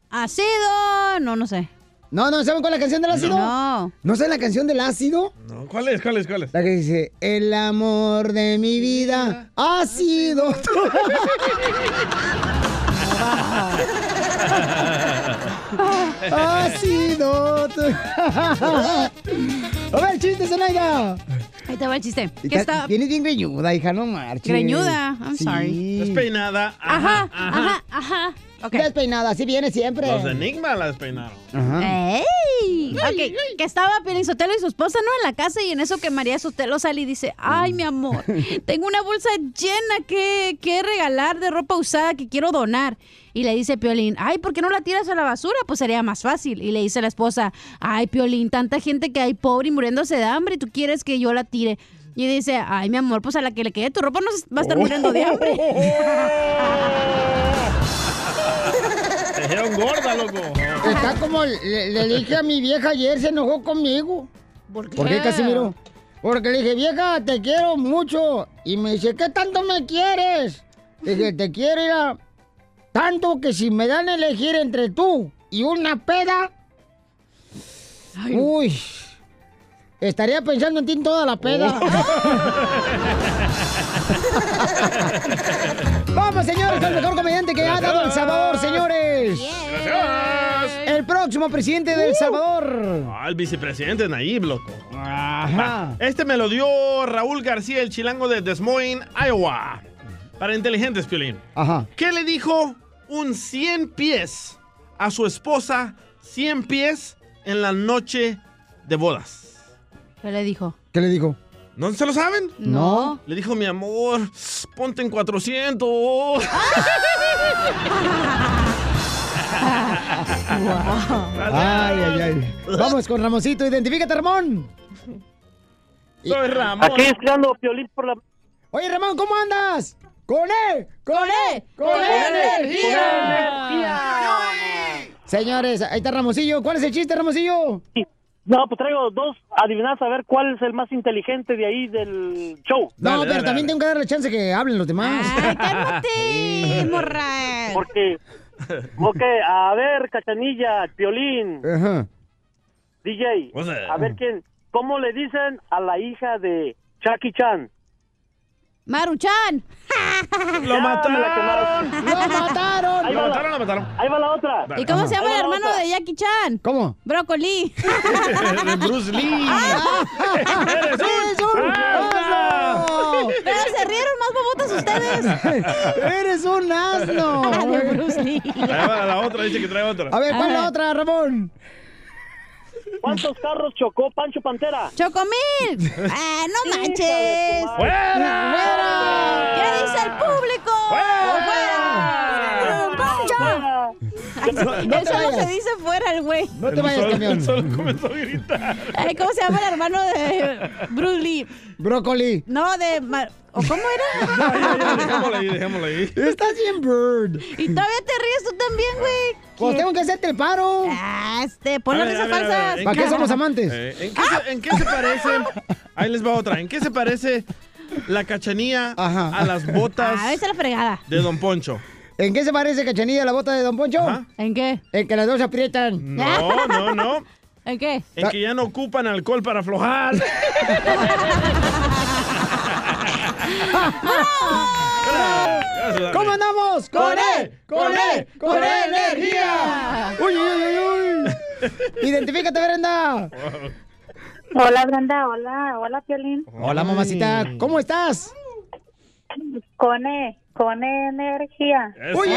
Ha sido. No, no sé.
No, no, ¿saben cuál es la canción del ácido?
No.
¿No saben la canción del ácido?
No, ¿Cuál es? ¿Cuál es? ¿Cuál es?
La que dice, el amor de mi vida ha sido tú". ha sido tú. A ver, chiste, Zenaida.
Ahí te va el chiste. ¿Qué
Está-
está?
Vienes bien greñuda, hija, no marches.
Greñuda, I'm
Sí.
sorry.
Despeinada.
Ajá, ajá, ajá.
Despeinada, así viene siempre.
Los de Enigma la despeinaron.
¿Eh? ¡Ey! Ok, que estaba Piolín Sotelo y su esposa, ¿no? En la casa y en eso que María Sotelo sale y dice, ay, mi amor, tengo una bolsa llena que, que regalar de ropa usada que quiero donar. Y le dice Piolín, ay, ¿por qué no la tiras a la basura? Pues sería más fácil. Y le dice la esposa, ay, Piolín, tanta gente que hay pobre y muriéndose de hambre y tú quieres que yo la tire. Y dice, ay, mi amor, pues a la que le quede tu ropa no se- va a estar muriendo de hambre.
Ah, Te dijeron gorda, loco.
Está como le, le dije a mi vieja ayer, se enojó conmigo. ¿Por qué? Casimiro? Porque le dije, vieja, te quiero mucho. Y me dice, ¿qué tanto me quieres? Le dije, te quiero mira, tanto que si me dan a elegir entre tú y una peda. Uy. Estaría pensando en ti en toda la peda. Vamos, señores, al mejor comediante que ha dado El Salvador, señores. El próximo presidente de El Salvador.
Ah, el vicepresidente Nayib, loco.
Ajá.
Este me lo dio Raúl García, el chilango de Des Moines, Iowa. Para inteligentes, Piolín.
Ajá.
¿Qué le dijo un 100 pies a su esposa 100 pies en la noche de bodas?
¿Qué le dijo?
¿Qué le dijo?
¿No se lo saben?
No.
Le dijo, mi amor, ponte en 400.
Ay, ay, ay. Vamos con Ramosito, identifícate, Ramón.
Soy Ramón.
Aquí estudiando violín por la...
Oye, Ramón, ¿cómo andas? ¡Con él! ¡Con él! ¡Con E. él
E.
Señores, ahí está Ramosillo. ¿Cuál es el chiste, Ramosillo?
No, pues traigo dos adivinanzas a ver cuál es el más inteligente de ahí del show.
No, pero también tengo que darle chance que hablen los demás.
¡Cálmate, morra!
Porque, ok, a ver, Cachanilla, Piolín,
Ajá.
DJ, a ver quién, ¿cómo le dicen a la hija de Chucky Chan?
¡Maruchan!
¡Lo mataron!
¡Lo mataron!
Lo mataron, lo mataron.
Ahí va la otra.
¿Y cómo se llama el hermano de Jackie Chan?
¿Cómo?
Brócoli. Ah.
de Bruce Lee. ¡Ah!
¡Eres
un
asno! Pero se rieron más bobotas ustedes. Ah,
¡Eres un asno!
De Bruce Lee. Ah.
Ahí va la otra, dice que trae otra.
A ver, ¿cuál es la otra, Ramón?
¿Cuántos carros chocó Pancho Pantera?
¡Chocomil! ¡Ah, no manches!
¡Fuera!
¡Fuera! ¿Qué dice el público? ¡Fuera! ¡Pancho!
No
Él
te
solo
vayas.
se dice fuera el güey.
No te vayas, camión.
comenzó a gritar.
Ay, ¿Cómo se llama el hermano de Bruce Lee?
Brócoli.
No, de... Mar- ¿O cómo era?
Dejémosla ahí, dejémosla ahí.
Estás bien, bird.
Y todavía te ríes tú también, güey.
Pues
¿Qué?
tengo que hacerte el paro.
Ah, este, pon las
A ver, a
risas
ver, a ver,
falsas.
¿en
¿Para qué somos amantes?
Eh, ¿en, qué se, en qué se parece? Ahí les va otra. ¿En qué se parece la cachanía a las botas
Ah, esa es la fregada.
de Don Poncho?
¿En qué se parece Cachanilla la bota de Don Poncho?
¿En qué?
En que las dos se aprietan.
No, no, no.
¿En qué?
En que ya no ocupan alcohol para aflojar.
¿Cómo andamos?
¡Con E! ¡Con E! ¡Con E energía!
¡Uy, uy, uy, uy! Identifícate, Brenda.
Hola, Brenda. Hola, hola, Piolín.
Hola, mamacita. ¿Cómo estás?
Con E, con E energía.
¡Uy,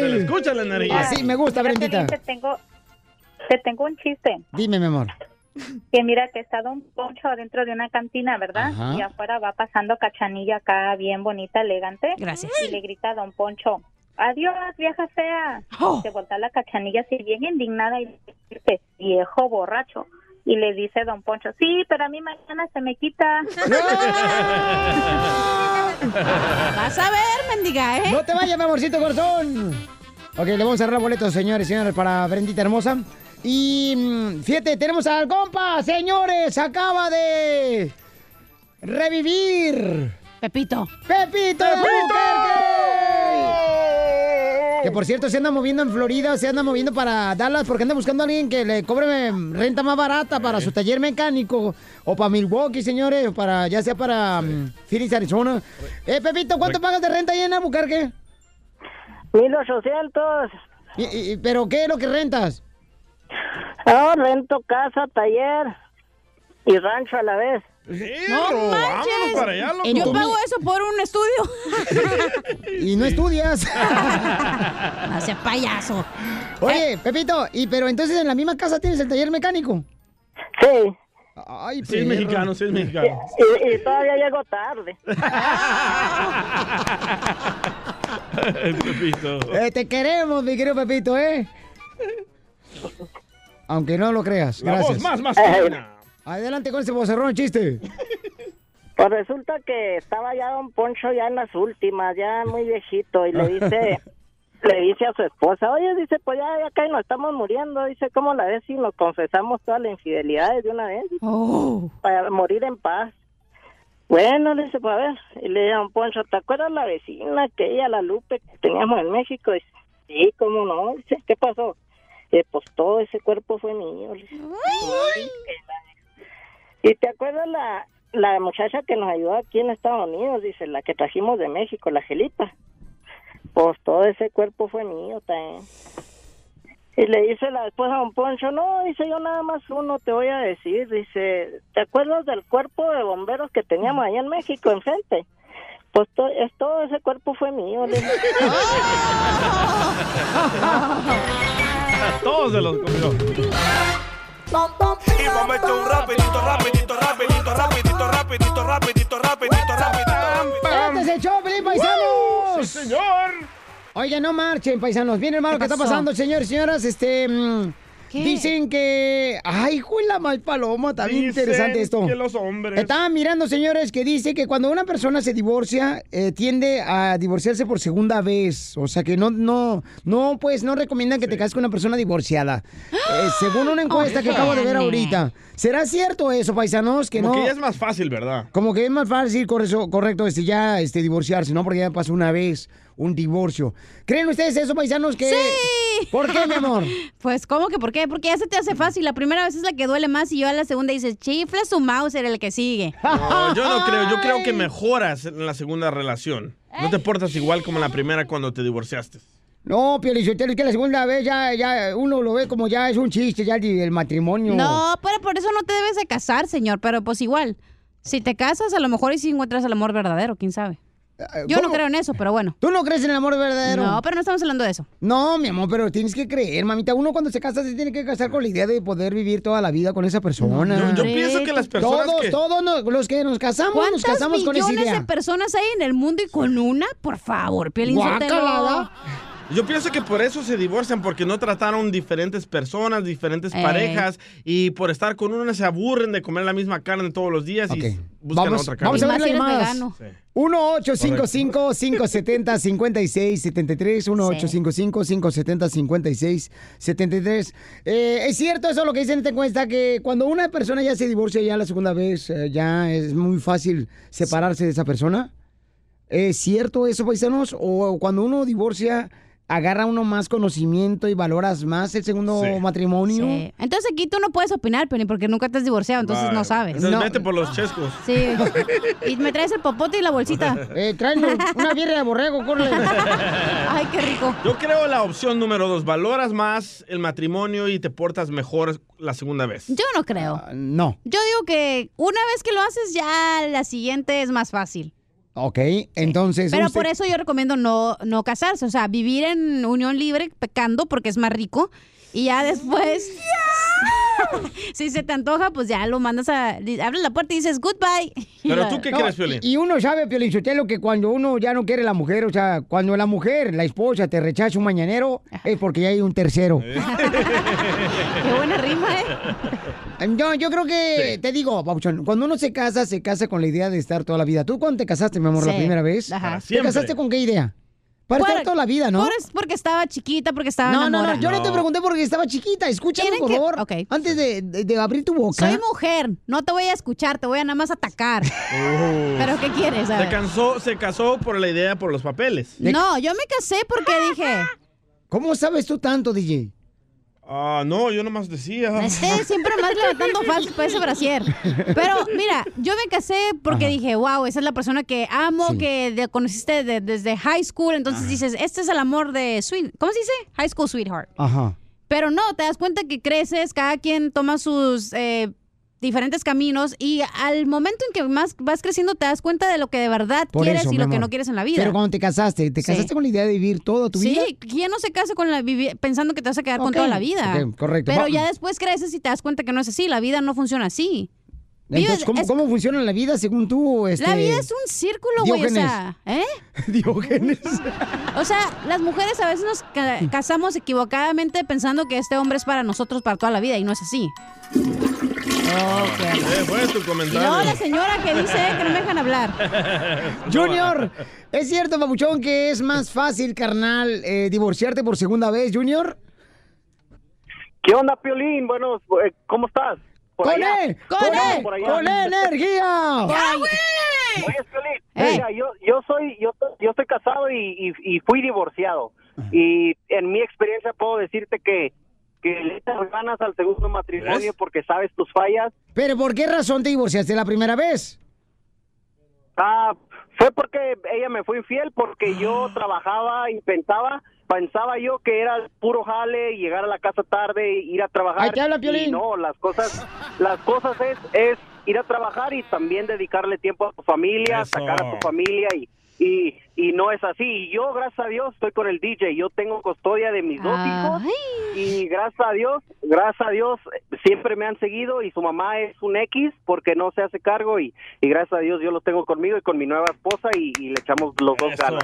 Se le escucha la energía.
Así me gusta,
Mira,
Brendita.
Piolín, Te tengo, te tengo un chiste.
Dime, mi amor.
Que mira que está Don Poncho adentro de una cantina, ¿verdad?
Ajá.
Y afuera va pasando Cachanilla acá, bien bonita, elegante.
Gracias.
Y le grita a Don Poncho, adiós, vieja fea. Se voltea la Cachanilla así bien indignada y dice, viejo borracho. Y le dice Don Poncho, sí, pero a mí mañana se me quita.
Vas a ver, mendiga, ¿eh?
No te vayas, mi amorcito corazón. Ok, le vamos a cerrar boletos, señores y señores, para Brendita hermosa. Y mm, fíjate, tenemos al compa, señores, acaba de revivir.
Pepito.
Pepito. de Albuquerque! Que por cierto se anda moviendo en Florida, se anda moviendo para Dallas porque anda buscando a alguien que le cobre mm, renta más barata para su taller mecánico o para Milwaukee, señores, o para ya sea para mm, Phoenix, Arizona. Eh, Pepito, ¿cuánto pagas de renta ahí en Albuquerque?
1800.
¿Y, y- pero qué es lo que rentas?
Ah, rento casa, taller y rancho a la vez.
¡No manches! Yo pago eso por un estudio.
y no estudias.
Hacia payaso.
Eh.
Oye, Pepito, y pero entonces en la misma casa tienes el taller mecánico.
Sí.
Ay,
Sí, es
perro.
mexicano, sí, es mexicano.
Y, y todavía llego tarde.
Pepito.
Eh, te queremos, mi querido Pepito, ¿eh? Aunque no lo creas.
La
Gracias.
voz más masculina.
Adelante con ese vocerrón chiste.
Pues resulta que estaba ya don Poncho ya en las últimas, ya muy viejito, y le dice, le dice a su esposa, oye, dice, pues ya, ya casi nos estamos muriendo, dice, ¿cómo la ves si nos confesamos todas las infidelidades de una vez?
Oh.
Oh.
Para morir en paz. Bueno, le dice, pues a ver, y le dice a don Poncho, ¿te acuerdas la vecina que ella, la Lupe, que teníamos en México? Dice, sí, cómo no, dice, ¿qué pasó? Eh, pues todo ese cuerpo fue mío. le dice. ¿Y te acuerdas la, la muchacha que nos ayudó aquí en Estados Unidos? Dice, la que trajimos de México, la Gelita. Pues todo ese cuerpo fue mío ¿eh? también. Y le dice la esposa a don Poncho, no, dice yo nada más uno te voy a decir, dice, ¿te acuerdas del cuerpo de bomberos que teníamos allá en México enfrente? Pues to- es, todo ese cuerpo fue mío. le dice.
A todos se los comió.
Y vamos a meter un rapidito, rapidito, rapidito, rapidito, rapidito, rapidito, rapidito, rapidito.
¡Este es el show, Pelín, paisanos!
¡Sí, señor!
Oiga, no marchen, paisanos. Miren, hermano,
¿Qué
¿qué, está
pasó?
pasando, señores y señoras? Este. mm, Dicen que. Ay, juela la mal paloma, está bien
Dicen
interesante esto.
que los hombres-
Estaban mirando, señores, que dice que cuando una persona se divorcia, eh, tiende a divorciarse por segunda vez. O sea que no, no, no, pues no recomiendan que te cases con una persona divorciada. Eh, según una encuesta que acabo de ver
Órale.
ahorita. ¿Será cierto eso, paisanos? Que
Como
no.
que ya es más fácil, ¿verdad?
Como que es más fácil, correcto, correcto este, ya este, divorciarse, ¿no? Porque ya pasó una vez un divorcio. ¿Creen ustedes eso, paisanos? Que...
Sí.
¿Por qué, mi amor?
Pues, ¿cómo que por qué? Porque ya se te hace fácil. La primera vez es la que duele más y yo a la segunda dices, chifla su mouse, era el que sigue.
No, yo no creo. Yo creo que mejoras en la segunda relación. No te portas igual como en la primera cuando te divorciaste.
No, Piolichotelo, es que la segunda vez ya, ya uno lo ve como ya es un chiste, ya el, el matrimonio.
No, pero por eso no te debes de casar, señor. Pero pues igual, si te casas, a lo mejor y si encuentras el amor verdadero, quién sabe. Yo no
Eh, ¿cómo?
creo en eso, pero bueno.
¿Tú no crees en el amor verdadero?
Eh, No, pero no estamos hablando de eso.
No, mi amor, pero tienes que creer, mamita. Uno cuando se casa se tiene que casar con la idea de poder vivir toda la vida con esa persona.
Yo- yo pienso que las personas
Todos,
que-
todos nos- los que nos casamos, nos
¿Cuántas
casamos con esa
millones de
idea.
personas hay en el mundo y con una? Por favor, Piolín Sotelo.
Guácala,
Yo pienso que por eso se divorcian, porque no trataron diferentes personas, diferentes
Eh.
parejas, y por estar con una se aburren de comer la misma carne todos los días y buscan
Vamos,
otra carne.
vamos a ver las llamadas.
más.
1-855-570-5673. 1-855-570-5673. Eh, es cierto eso lo que dicen en esta encuesta, que cuando una persona ya se divorcia ya la segunda vez, eh, ya es muy fácil separarse de esa persona. ¿Es cierto eso, paisanos? ¿O cuando uno divorcia agarra uno más conocimiento y valoras más el segundo
Sí.
matrimonio.
Sí. Entonces aquí tú no puedes opinar, Pelín, porque nunca te has divorciado, entonces no sabes.
Entonces vete por los chescos.
Sí. Y me traes el popote y la bolsita.
Eh, tráeme una birra de borrego, corre.
Ay, qué rico.
Yo creo la opción número dos. Valoras más el matrimonio y te portas mejor la segunda vez.
Yo no creo.
Ah, No.
Yo digo que una vez que lo haces, ya la siguiente es más fácil.
Ok, entonces.
Pero
usted-
por eso yo recomiendo no, no casarse, o sea, vivir en unión libre pecando porque es más rico y ya después... si se te antoja, pues ya lo mandas a... li- Abres la puerta y dices goodbye.
No, Y y uno sabe, Piolín Sotelo, que cuando uno ya no quiere a la mujer, o sea, cuando la mujer, la esposa, te rechaza un mañanero, es porque ya hay un tercero.
Qué buena rima, ¿eh?
Eh, Yo, yo creo que, te digo, Pauchón, cuando uno se casa, se casa con la idea de estar toda la vida. ¿Tú cuándo te casaste, mi amor, la
Sí.
primera vez?
Ajá. Para
¿Te
siempre.
casaste con qué idea? Para
Por-
estar toda la vida, ¿no?
por- porque estaba chiquita, porque estaba
No, no, no,
enamorada.
yo no te pregunté porque estaba chiquita. Escúchame,
¿Quieren
por
que-
favor.
Ok.
Antes de, de- de abrir tu boca.
Soy mujer, no te voy a escuchar, te voy a nada más atacar. ¿Pero qué quieres? A
Se
ver.
cansó, se casó por la idea, por los papeles.
No, yo me casé porque dije...
¿Cómo sabes tú tanto, DJ?
Ah, no, yo nomás decía.
Este siempre más levantando falsos para ese brasier. Pero mira, yo me casé porque
Ajá.
dije, wow, esa es la persona que amo,
Sí.
que de- conociste de- desde high school. Entonces dices, este es el amor de sweet. ¿Cómo se dice? High school sweetheart.
Ajá.
Pero no, te das cuenta que creces, cada quien toma sus eh, diferentes caminos y al momento en que más vas creciendo te das cuenta de lo que de verdad
Por
quieres
eso, mi
y lo que
amor.
no quieres en la vida.
Pero cuando te casaste, ¿te
Sí.
casaste con la idea de vivir toda tu vida?
Sí, ¿quién no se casa con la vivi- pensando que te vas a quedar con
Ok,
toda la vida?
ok, correcto.
Pero
Va-
ya después creces y te das cuenta que no es así, la vida no funciona así.
Entonces,
Vives-
¿cómo,
es-
cómo funciona la vida según tú? Este...
La vida es un círculo, güey, o sea, ¿eh?
Diógenes.
O sea, las mujeres a veces nos ca- casamos equivocadamente pensando que este hombre es para nosotros para toda la vida y no es así.
Eh, fue tu
Y no, la
comentario.
señora que dice que no me dejan hablar.
Junior, ¿es cierto, papuchón, que es más fácil, carnal, eh, divorciarte por segunda vez, Junior?
¿Qué onda, Piolín? Bueno, eh, ¿cómo estás? Por
¡Con
allá.
él!
¿Cómo
¡Con
estás
él!
por allá?
¡Con energía!
¡Ya, Oye, Piolín, mira, yo, yo soy yo, yo estoy casado y, y- y fui divorciado. Y en mi experiencia puedo decirte que, que le echas ganas al segundo matrimonio porque sabes tus fallas.
Pero ¿por qué razón te divorciaste la primera vez?
Ah, fue porque ella me fue infiel porque yo
Ah.
trabajaba y pensaba, pensaba yo que era puro jale, llegar a la casa tarde, ir a trabajar.
Ahí te habla, Piolín.
Y no, las cosas, las cosas es, es ir a trabajar y también dedicarle tiempo a tu familia, sacar a tu familia y, y, y no es así. Y yo, gracias a Dios, estoy con el DJ. Yo tengo custodia de mis dos hijos y gracias a Dios, gracias a Dios, eh, siempre me han seguido y su mamá es un X porque no se hace cargo y, y gracias a Dios yo los tengo conmigo y con mi nueva esposa y, y le echamos los dos ganas.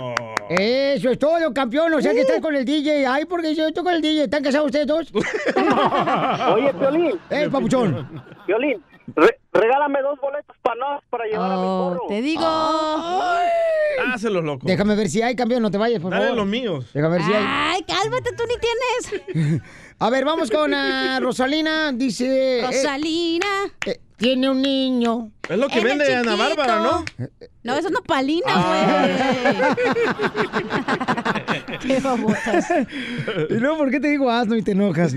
Eso es todo, campeón. O sea
Uh.
que estás con el DJ. Ay, porque yo estoy con el DJ. ¿Están casados ustedes dos?
Oye, Piolín.
¡Eh, papuchón!
Violín, re- regálame dos boletos para no, para llevar a mi
Oh,
porro.
te digo.
Hácelos, loco.
Déjame ver si hay, campeón. No te vayas, por
Dale
favor.
los míos.
Déjame ver si hay.
Ay, cálmate, tú ni tienes.
A ver, vamos con ah, Rosalina. Dice. eh,
Rosalina.
eh, tiene un niño.
Es lo que
Era
vende Ana
chiquito.
Bárbara, ¿no? Ah.
No, eso es una palina, güey. Qué babotas.
y luego, ¿por qué te digo asno y te enojas?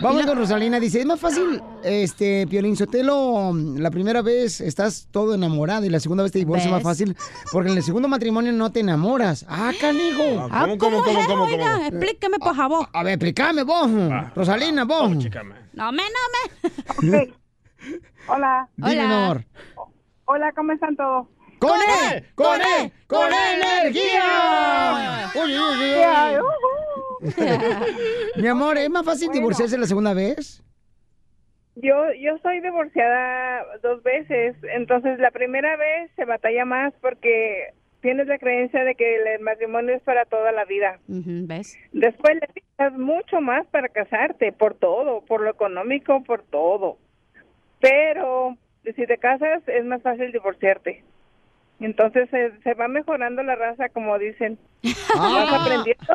Vamos con Rosalina. Dice, es más fácil, este, Piolín Sotelo, la primera vez estás todo enamorado y la segunda vez te divorcias más
¿Ves?
fácil porque en el segundo matrimonio no te enamoras. ¡Ah, canijo! Ah,
Ah, ¿cómo, cómo, cómo, cómo, oiga? cómo? Ah, Explícame, por favor.
A, a ver, explícame vos, Rosalina, vos.
No me, no me.
Hola.
Dime, mi amor.
Hola, ¿cómo están todos?
¡Con él! ¡Con él! ¡Con E. energía! ¡Uy, uy, uy, uy! Mi amor, ¿es más fácil divorciarse la segunda vez?
Yo, yo soy divorciada dos veces, entonces la primera vez se batalla más porque tienes la creencia de que el matrimonio es para toda la vida.
Ujú, ¿Ves?
Después le piensas mucho más para casarte, por todo, por lo económico, por todo. Pero si te casas es más fácil divorciarte. Entonces se, se va mejorando la raza, como dicen. Vas aprendiendo.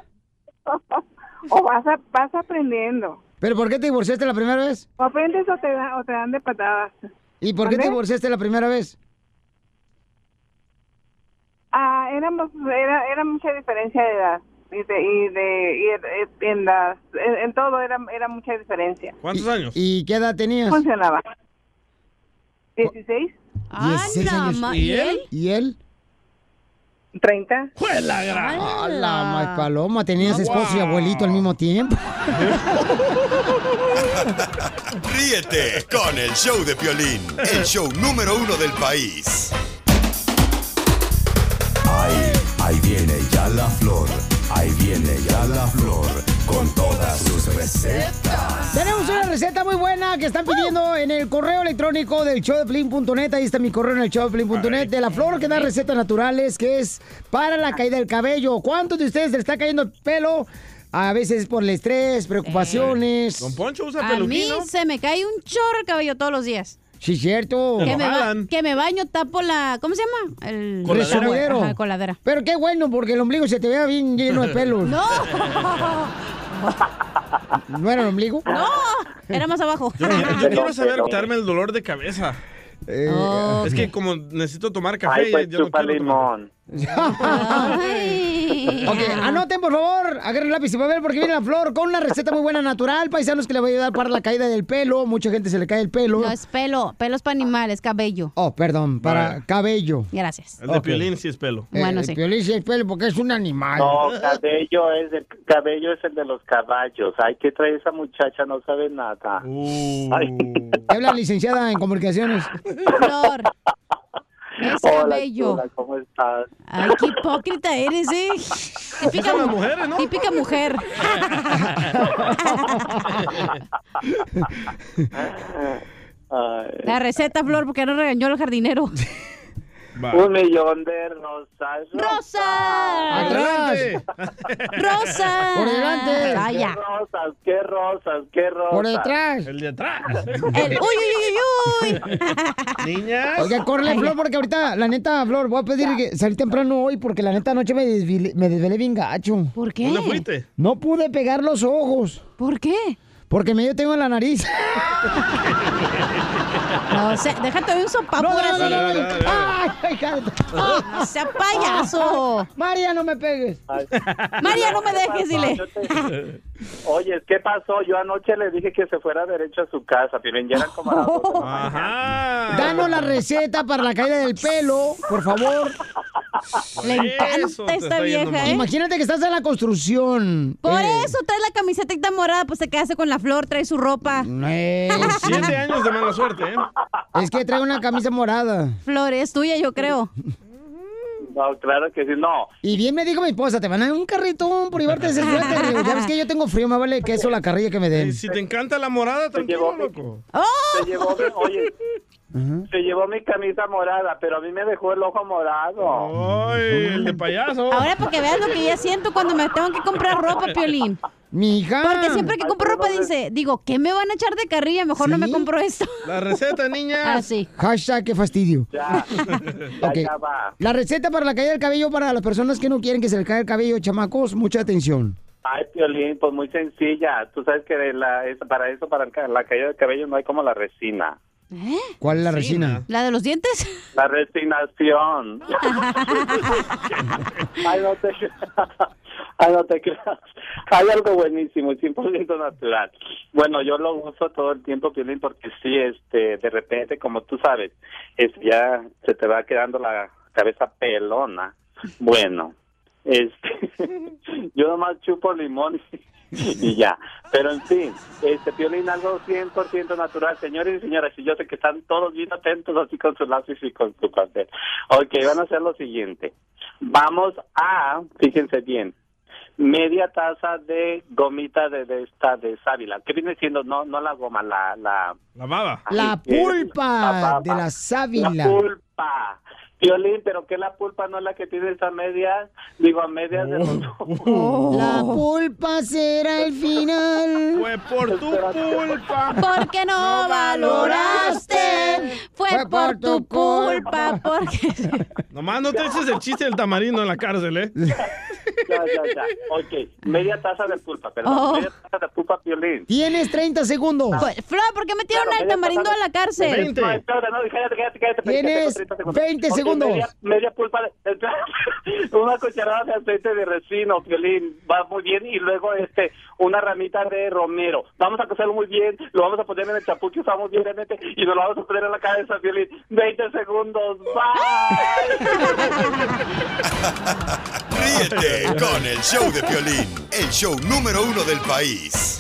o vas, a- vas aprendiendo.
¿Pero por qué te divorciaste la primera vez?
O aprendes o te, da- o te dan de patadas.
¿Y por qué te
¿Mande?
divorciaste la primera vez?
Ah, éramos, era, era mucha diferencia de edad. y de, y de y en- en, las- en- en todo era, era mucha diferencia.
¿Cuántos años?
¿Y qué edad tenías?
Funcionaba. 16,
16
Anda,
años.
ma- ¿Y él?
¿Y él?
30.
¡Juela, gran! ¡Hala, ma- paloma! Tenías esposo y abuelito al mismo tiempo.
Ríete con el show de Piolín, el show número uno del país.
Ahí, ahí viene ya la flor, ahí viene ya la flor, con todas sus recetas.
Tenemos una receta muy buena que están pidiendo en el correo electrónico del showdeplin.net. Ahí está mi correo en el showdeplin.net. De la flor que da recetas naturales, que es para la caída del cabello. ¿Cuántos de ustedes le está cayendo el pelo? A veces por el estrés, preocupaciones.
Don Poncho usa
A mí
peluquín, ¿no?
se me cae un chorro de cabello todos los días.
Sí, cierto.
Que me, ba- que me baño, tapo la... ¿Cómo se llama? El
Coladera. Resumidero.
Ajá, coladera.
Pero qué bueno, porque el ombligo se te vea bien lleno de pelos.
¡No!
¿No era el ombligo?
¡No! Era más abajo.
Yo, yo- yo quiero saber quitarme el dolor de cabeza.
Oh.
Es que como necesito tomar café,
Ay, pues
yo no
chupa
quiero
limón.
Ok, anoten por favor, agarren lápiz y papel porque viene la flor con una receta muy buena natural, paisanos que le va a ayudar para la caída del pelo. Mucha gente se le cae el pelo.
No es pelo, pelo es para animales, cabello.
Oh, perdón, para cabello.
Gracias.
El de
Ok.
Piolín sí es pelo.
Eh, el Piolín sí es pelo porque es un animal.
No, cabello es el cabello es el de los caballos. Ay, que trae esa muchacha, no sabe nada. Ay,
Te habla licenciada en comunicaciones.
Flor. Es
hola,
cabello.
chula, ¿cómo estás?
Ay, qué hipócrita eres, ¿eh? Típica,
Son las
mu-
mujeres, ¿no?
típica mujer. La receta, Flor, porque no regañó al jardinero.
Un millón de rosas.
¡Rosa!
¡Adelante!
Ah.
¡Rosa!
Por
delante.
Ah,
¡Qué
Vaya.
rosas, qué rosas, qué rosas!
Por detrás.
El de atrás.
El- uy, uy, uy, uy.
Niñas.
Oiga, corre, Flor, porque ahorita, la neta, Flor, voy a pedir que salir temprano hoy porque la neta anoche me desvelé, me desvelé bien gacho.
¿Por
qué? ¿Dónde fuiste?
No pude pegar los ojos.
¿Por qué?
Porque medio tengo en la nariz.
No sé, déjate de un sopapo.
No, no,
ahora
no,
sí.
no, no. ¡Ay, ay, cállate!
Ah, sea payaso.
ah, María, no me pegues.
María, no me
pasó?
dejes, dile.
Yo te- Oye, ¿qué pasó? Yo anoche le dije que se fuera derecho a su casa. Miren, ya eran como las dos de la mañana.
Danos la receta para la caída del pelo, por favor.
Le encanta esta vieja, ¿eh?
Imagínate que estás en la construcción.
Por
Eh,
eso traes la camiseta morada, pues te quedaste con la flor, traes su ropa.
eh,
Siete años de mala suerte, ¿eh?
Es que trae una camisa morada.
Flor es tuya, yo creo.
No, claro que sí, no.
Y bien me dijo mi esposa, te van a dar un carritón por llevarte ese suéter. Le digo, Ya ves que yo tengo frío, me vale queso la carrilla que me den.
Si te encanta la morada, tranquilo, loco.
¡Oh!
Se llevó, mi- oye, se llevó mi camisa morada, pero a mí me dejó el ojo morado.
Ay, el de payaso.
Ahora porque veas lo que ya siento cuando me tengo que comprar ropa, Piolín.
Mi hija.
Porque siempre que compro ropa dice, digo, ¿qué me van a echar de carrilla? Mejor no me compro esto.
La receta, niña.
Ah, sí.
Hashtag, qué fastidio. Ok.
Ya va.
La receta para la caída del cabello para las personas que no quieren que se les caiga el cabello, chamacos, mucha atención.
Ay, Piolín, pues muy sencilla. Tú sabes que de la, es- para eso, para el ca- la caída del cabello, no hay como la resina.
¿Cuál es la resina?
¿Eh? ¿La de los dientes?
La resignación. Ay, no te creas. Ay, no te creas. Hay algo buenísimo, 100% natural. Bueno, yo lo uso todo el tiempo, Piolín, porque sí, este, de repente, como tú sabes, es, ya se te va quedando la cabeza pelona. Bueno, este, yo nomás chupo limón y ya. Pero en fin, este Piolín, algo 100% natural. Señores y señoras, y yo sé que están todos bien atentos así con sus lápiz y con su papel. Ok, van a hacer lo siguiente. Vamos a, fíjense bien, media taza de gomita de, de esta de sábila. ¿Qué viene siendo? No, no la goma, la... La,
la baba.
La pulpa de la sábila.
La pulpa. Piolín, pero que la pulpa no es la que tienes a medias, digo a medias de los
Oh.
Oh. La
Oh.
pulpa será el final.
Fue por tu culpa.
Porque no, valoraste. Fue, por tu culpa. Porque...
Nomás no te eches el chiste del tamarindo en la cárcel, ¿eh?
Ya, ya, ya. Ok, media taza de pulpa, perdón.
Oh.
Media taza de pulpa, Piolín.
Tienes 30 segundos.
Flor, ¿por qué metieron
Claro,
al
media
tamarindo a la cárcel?
No, espérate, no, cállate, cállate, cállate.
Tienes
cállate,
20
Ok,
segundos.
media, media pulpa, de- una cucharada de aceite de resino, Piolín, va muy bien, y luego este, una ramita de romero. Vamos a cocerlo muy bien, lo vamos a poner en el chapuque, usamos bien realmente, y nos lo vamos a poner en la cabeza, Piolín. 20 segundos, bye.
Ríete con el show de Piolín, el show número uno del país.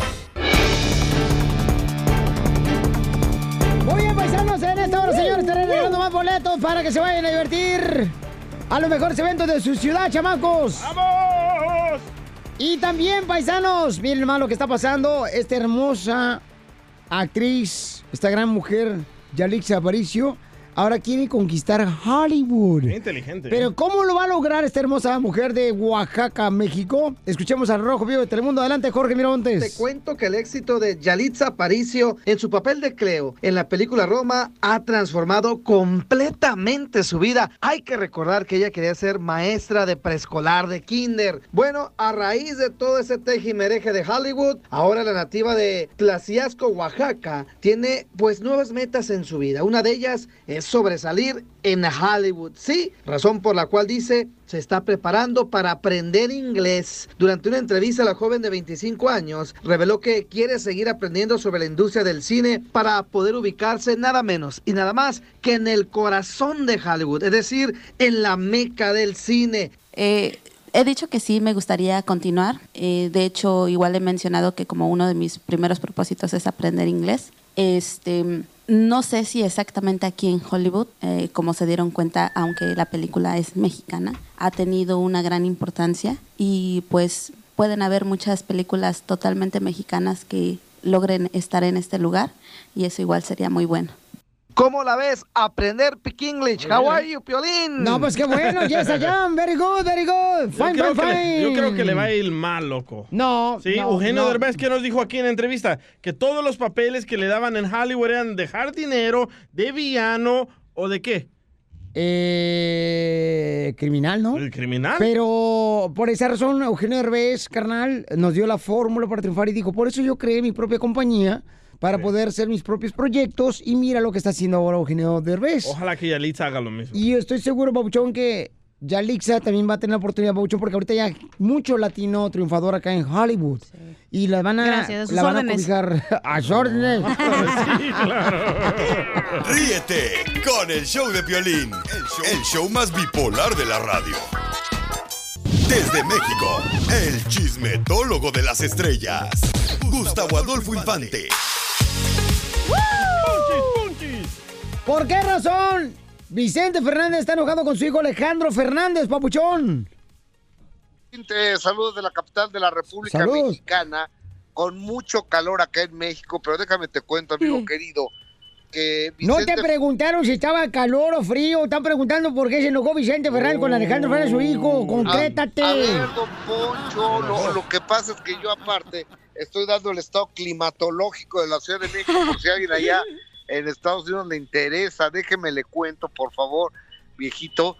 Muy bien, paisanos, en esta hora, señores, estaré regalando más boletos para que se vayan a divertir a los mejores eventos de su ciudad, chamacos. ¡Vamos! Y también, paisanos, miren más lo que está pasando. Esta hermosa actriz, esta gran mujer, Yalixa Aparicio, ahora quiere conquistar Hollywood.
Qué inteligente. ¿eh?
Pero ¿cómo lo va a lograr esta hermosa mujer de Oaxaca, México? Escuchemos al Rojo Vivo de Telemundo. Adelante, Jorge Miramontes.
Te cuento que el éxito de Yalitza Aparicio en su papel de Cleo en la película Roma ha transformado completamente su vida. Hay que recordar que ella quería ser maestra de preescolar de kinder. Bueno, a raíz de todo ese tejimereje de Hollywood, ahora la nativa de Tlaxiasco, Oaxaca, tiene pues nuevas metas en su vida. Una de ellas es sobresalir en Hollywood. Sí, razón por la cual dice se está preparando para aprender inglés. Durante una entrevista, la joven de 25 años reveló que quiere seguir aprendiendo sobre la industria del cine para poder ubicarse nada menos y nada más que en el corazón de Hollywood, es decir, en la meca del cine.
Eh,
He dicho que sí, me gustaría continuar. Eh, de hecho, igual he mencionado que como uno de mis primeros propósitos es aprender inglés. Este, no sé si exactamente aquí en Hollywood, eh, como se dieron cuenta, aunque la película es mexicana, ha tenido una gran importancia y pues pueden haber muchas películas totalmente mexicanas que logren estar en este lugar y eso igual sería muy bueno.
¿Cómo la ves? Aprender Pick English. How are you, Piolín?
No, pues qué bueno, yes, I am. Very good, very good.
Fine,
yo, creo
fine,
que Le, yo
fine.
creo que le va a ir mal, loco.
No,
Sí,
no,
Eugenio
no.
Derbez que nos dijo aquí en la entrevista que todos los papeles que le daban en Hollywood eran de jardinero, de villano o de qué?
Eh, criminal, ¿no?
criminal.
Pero por esa razón, Eugenio Derbez, carnal, nos dio la fórmula para triunfar y dijo, por eso yo creé mi propia compañía para poder hacer mis propios proyectos y mira lo que está haciendo ahora Eugenio Derbez.
Ojalá que Yalitza haga lo mismo.
Y estoy seguro, Pabuchón, que Yalixa también va a tener la oportunidad, Pabuchón, porque ahorita ya hay mucho latino triunfador acá en Hollywood. Y la van a,
Gracias, a sus
la van a
órdenes.
cobijar a sus órdenes.
Ríete con el show de Piolín, el show, el show más bipolar de la radio. Desde México, el chismetólogo de las estrellas, Gustavo Adolfo Infante.
¿Por qué razón Vicente Fernández está enojado con su hijo Alejandro Fernández, Papuchón?
Gente, saludos de la capital de la República
Saludos.
Mexicana, con mucho calor acá en México, pero déjame te cuento, amigo
Mm.
querido, que
No te
Vicente-
preguntaron si estaba calor o frío. Están preguntando por qué se enojó Vicente Fernández con Alejandro Fernández, su hijo. Complétate.
Ah, A, a ver, don Poncho, lo, lo que pasa es que yo aparte estoy dando el estado climatológico de la Ciudad de México, por si alguien allá en Estados Unidos le interesa, déjeme le cuento, por favor, viejito,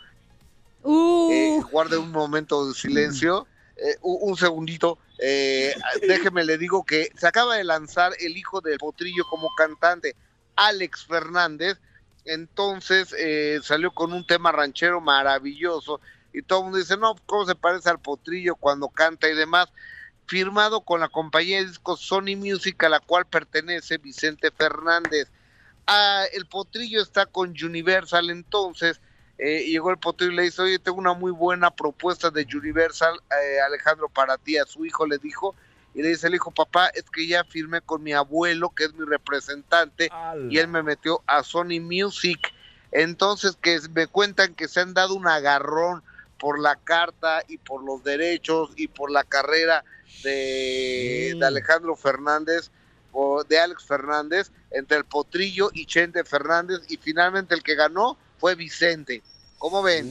Eh, guarde un momento de silencio, eh, u- un, segundito, eh, déjeme le digo que se acaba de lanzar el hijo del potrillo como cantante, Alex Fernández, entonces eh, salió con un tema ranchero maravilloso y todo el mundo dice, no, ¿cómo se parece al potrillo cuando canta y demás? Firmado con la compañía de discos Sony Music a la cual pertenece Vicente Fernández. Ah, el potrillo está con Universal entonces. eh, llegó el potrillo y le dice, oye, tengo una muy buena propuesta de Universal, eh, Alejandro, para ti. A su hijo le dijo, y le dice el hijo, papá, es que ya firmé con mi abuelo, que es mi representante, y él me metió a Sony Music. Entonces, que es- me cuentan que se han dado un agarrón por la carta y por los derechos y por la carrera de, de Alejandro Fernández o de Alex Fernández entre el Potrillo y Chente Fernández y finalmente el que ganó fue Vicente. ¿Cómo ven?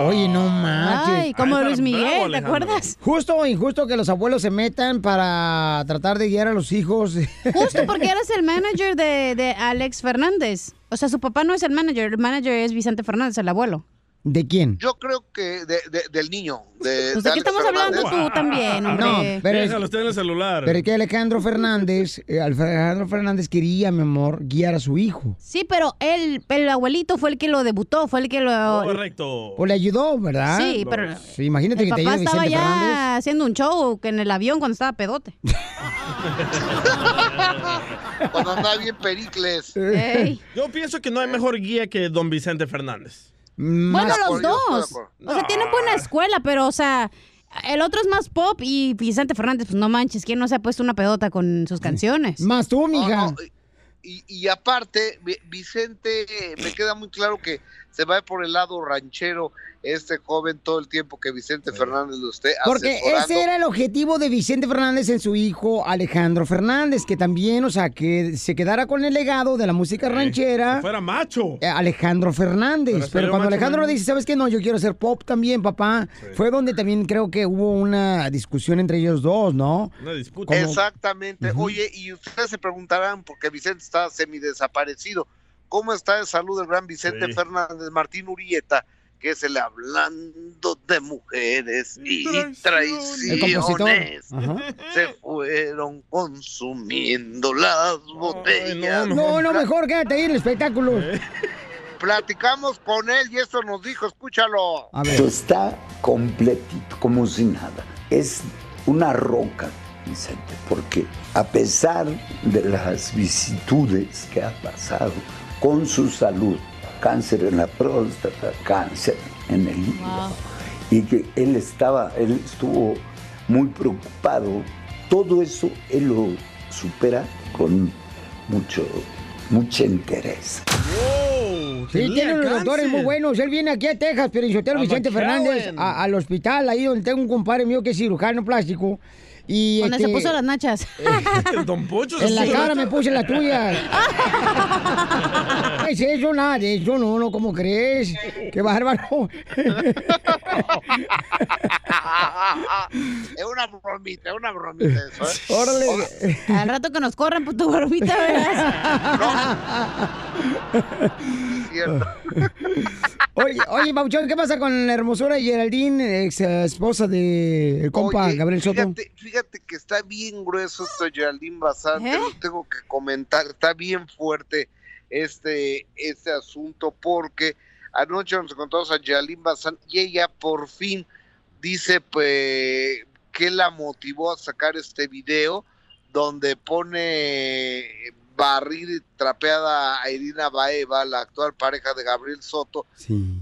Oye, no manches.
Ay, como Ah, Luis Miguel, bravo, ¿te Alejandro. acuerdas?
Justo o injusto que los abuelos se metan para tratar de guiar a los hijos.
Justo porque eres el manager de, de Alex Fernández. O sea, su papá no es el manager, el manager es Vicente Fernández, el abuelo.
¿De quién?
Yo creo que de- de- del niño. De,
Pues, ¿de qué
Alex
estamos hablando
Fernández.
tú también, hombre? No, pero es-
Déjalo, está en el celular.
Pero es que Alejandro Fernández, eh, Alejandro Fernández quería, mi amor, guiar a su hijo.
Sí, pero él, el abuelito fue el que lo debutó, fue el que lo...
Oh, Correcto.
O Oh, pues, le ayudó, ¿verdad?
Sí, pero-
Sí, imagínate
El
que te
papá
ayude
estaba
Vicente
ya
Fernández.
haciendo un show que en el avión cuando estaba pedote.
Cuando andaba bien Pericles.
Yo pienso que no hay mejor guía que don Vicente Fernández.
Bueno, los dos. O sea, tienen buena escuela, pero, o sea, el otro es más pop y Vicente Fernández, pues no manches, ¿quién no se ha puesto una pedota con sus canciones?
Más tú,
Oh,
mija.
Y, y aparte, Vi- Vicente, eh, me queda muy claro que se va por el lado ranchero este joven todo el tiempo que Vicente Fernández lo esté
Porque
asesorando.
ese era el objetivo de Vicente Fernández en su hijo Alejandro Fernández, que también, o sea, que se quedara con el legado de la música ranchera. Eh,
fuera macho.
Alejandro Fernández. Pero,
salió
cuando
macho
Alejandro
menos.
dice, ¿sabes qué? No, yo quiero ser pop también, papá. Fue donde también creo que hubo una discusión entre ellos dos, ¿no? Como-
Exactamente.
Ujú.
Oye, y ustedes se preguntarán, porque Vicente está semidesaparecido, ¿cómo está de salud el gran Vicente
Sí.
Fernández Martín Urieta? Que es el hablando de mujeres y
El compositor.
traiciones. Se fueron consumiendo las botellas.
No, no, mejor quédate ahí en el espectáculo.
Platicamos con él y eso nos dijo, escúchalo.
Esto está completito, como si nada. Es una roca, Vicente, porque a pesar de las vicitudes que ha pasado con su salud, cáncer en la próstata, cáncer en el hígado, y que él estaba, él estuvo muy preocupado, todo eso él lo supera con mucho, mucha entereza.
Sí, tiene unos doctores muy buenos. Él viene aquí a Texas, pero Isotero
A
Vicente
McAllen.
Fernández, a- al hospital, ahí donde tengo un compadre mío que es cirujano plástico. Y
Donde se
este,
puso las nachas.
Don Pocho
En la
Sí.
cara me puse la tuya. ¿Qué es eso? Nada de eso, no, no, ¿cómo crees? ¡Qué bárbaro!
es una bromita, es una bromita eso, ¿eh?
Órale.
Oh.
Al rato que nos corran por tu barbita, verás.
Oye, oye, Bauchón, ¿qué pasa con la hermosura de Geraldine, ex eh, esposa de el compa
Oye,
Gabriel Soto?
Fíjate, fíjate que está bien grueso esto, Geraldine Bazán, te lo tengo que comentar, está bien fuerte este, este asunto porque anoche nos encontramos a Geraldine Bazán y ella por fin dice pues, que la motivó a sacar este video donde pone barrida y trapeada a Irina Baeva, la actual pareja de Gabriel Soto,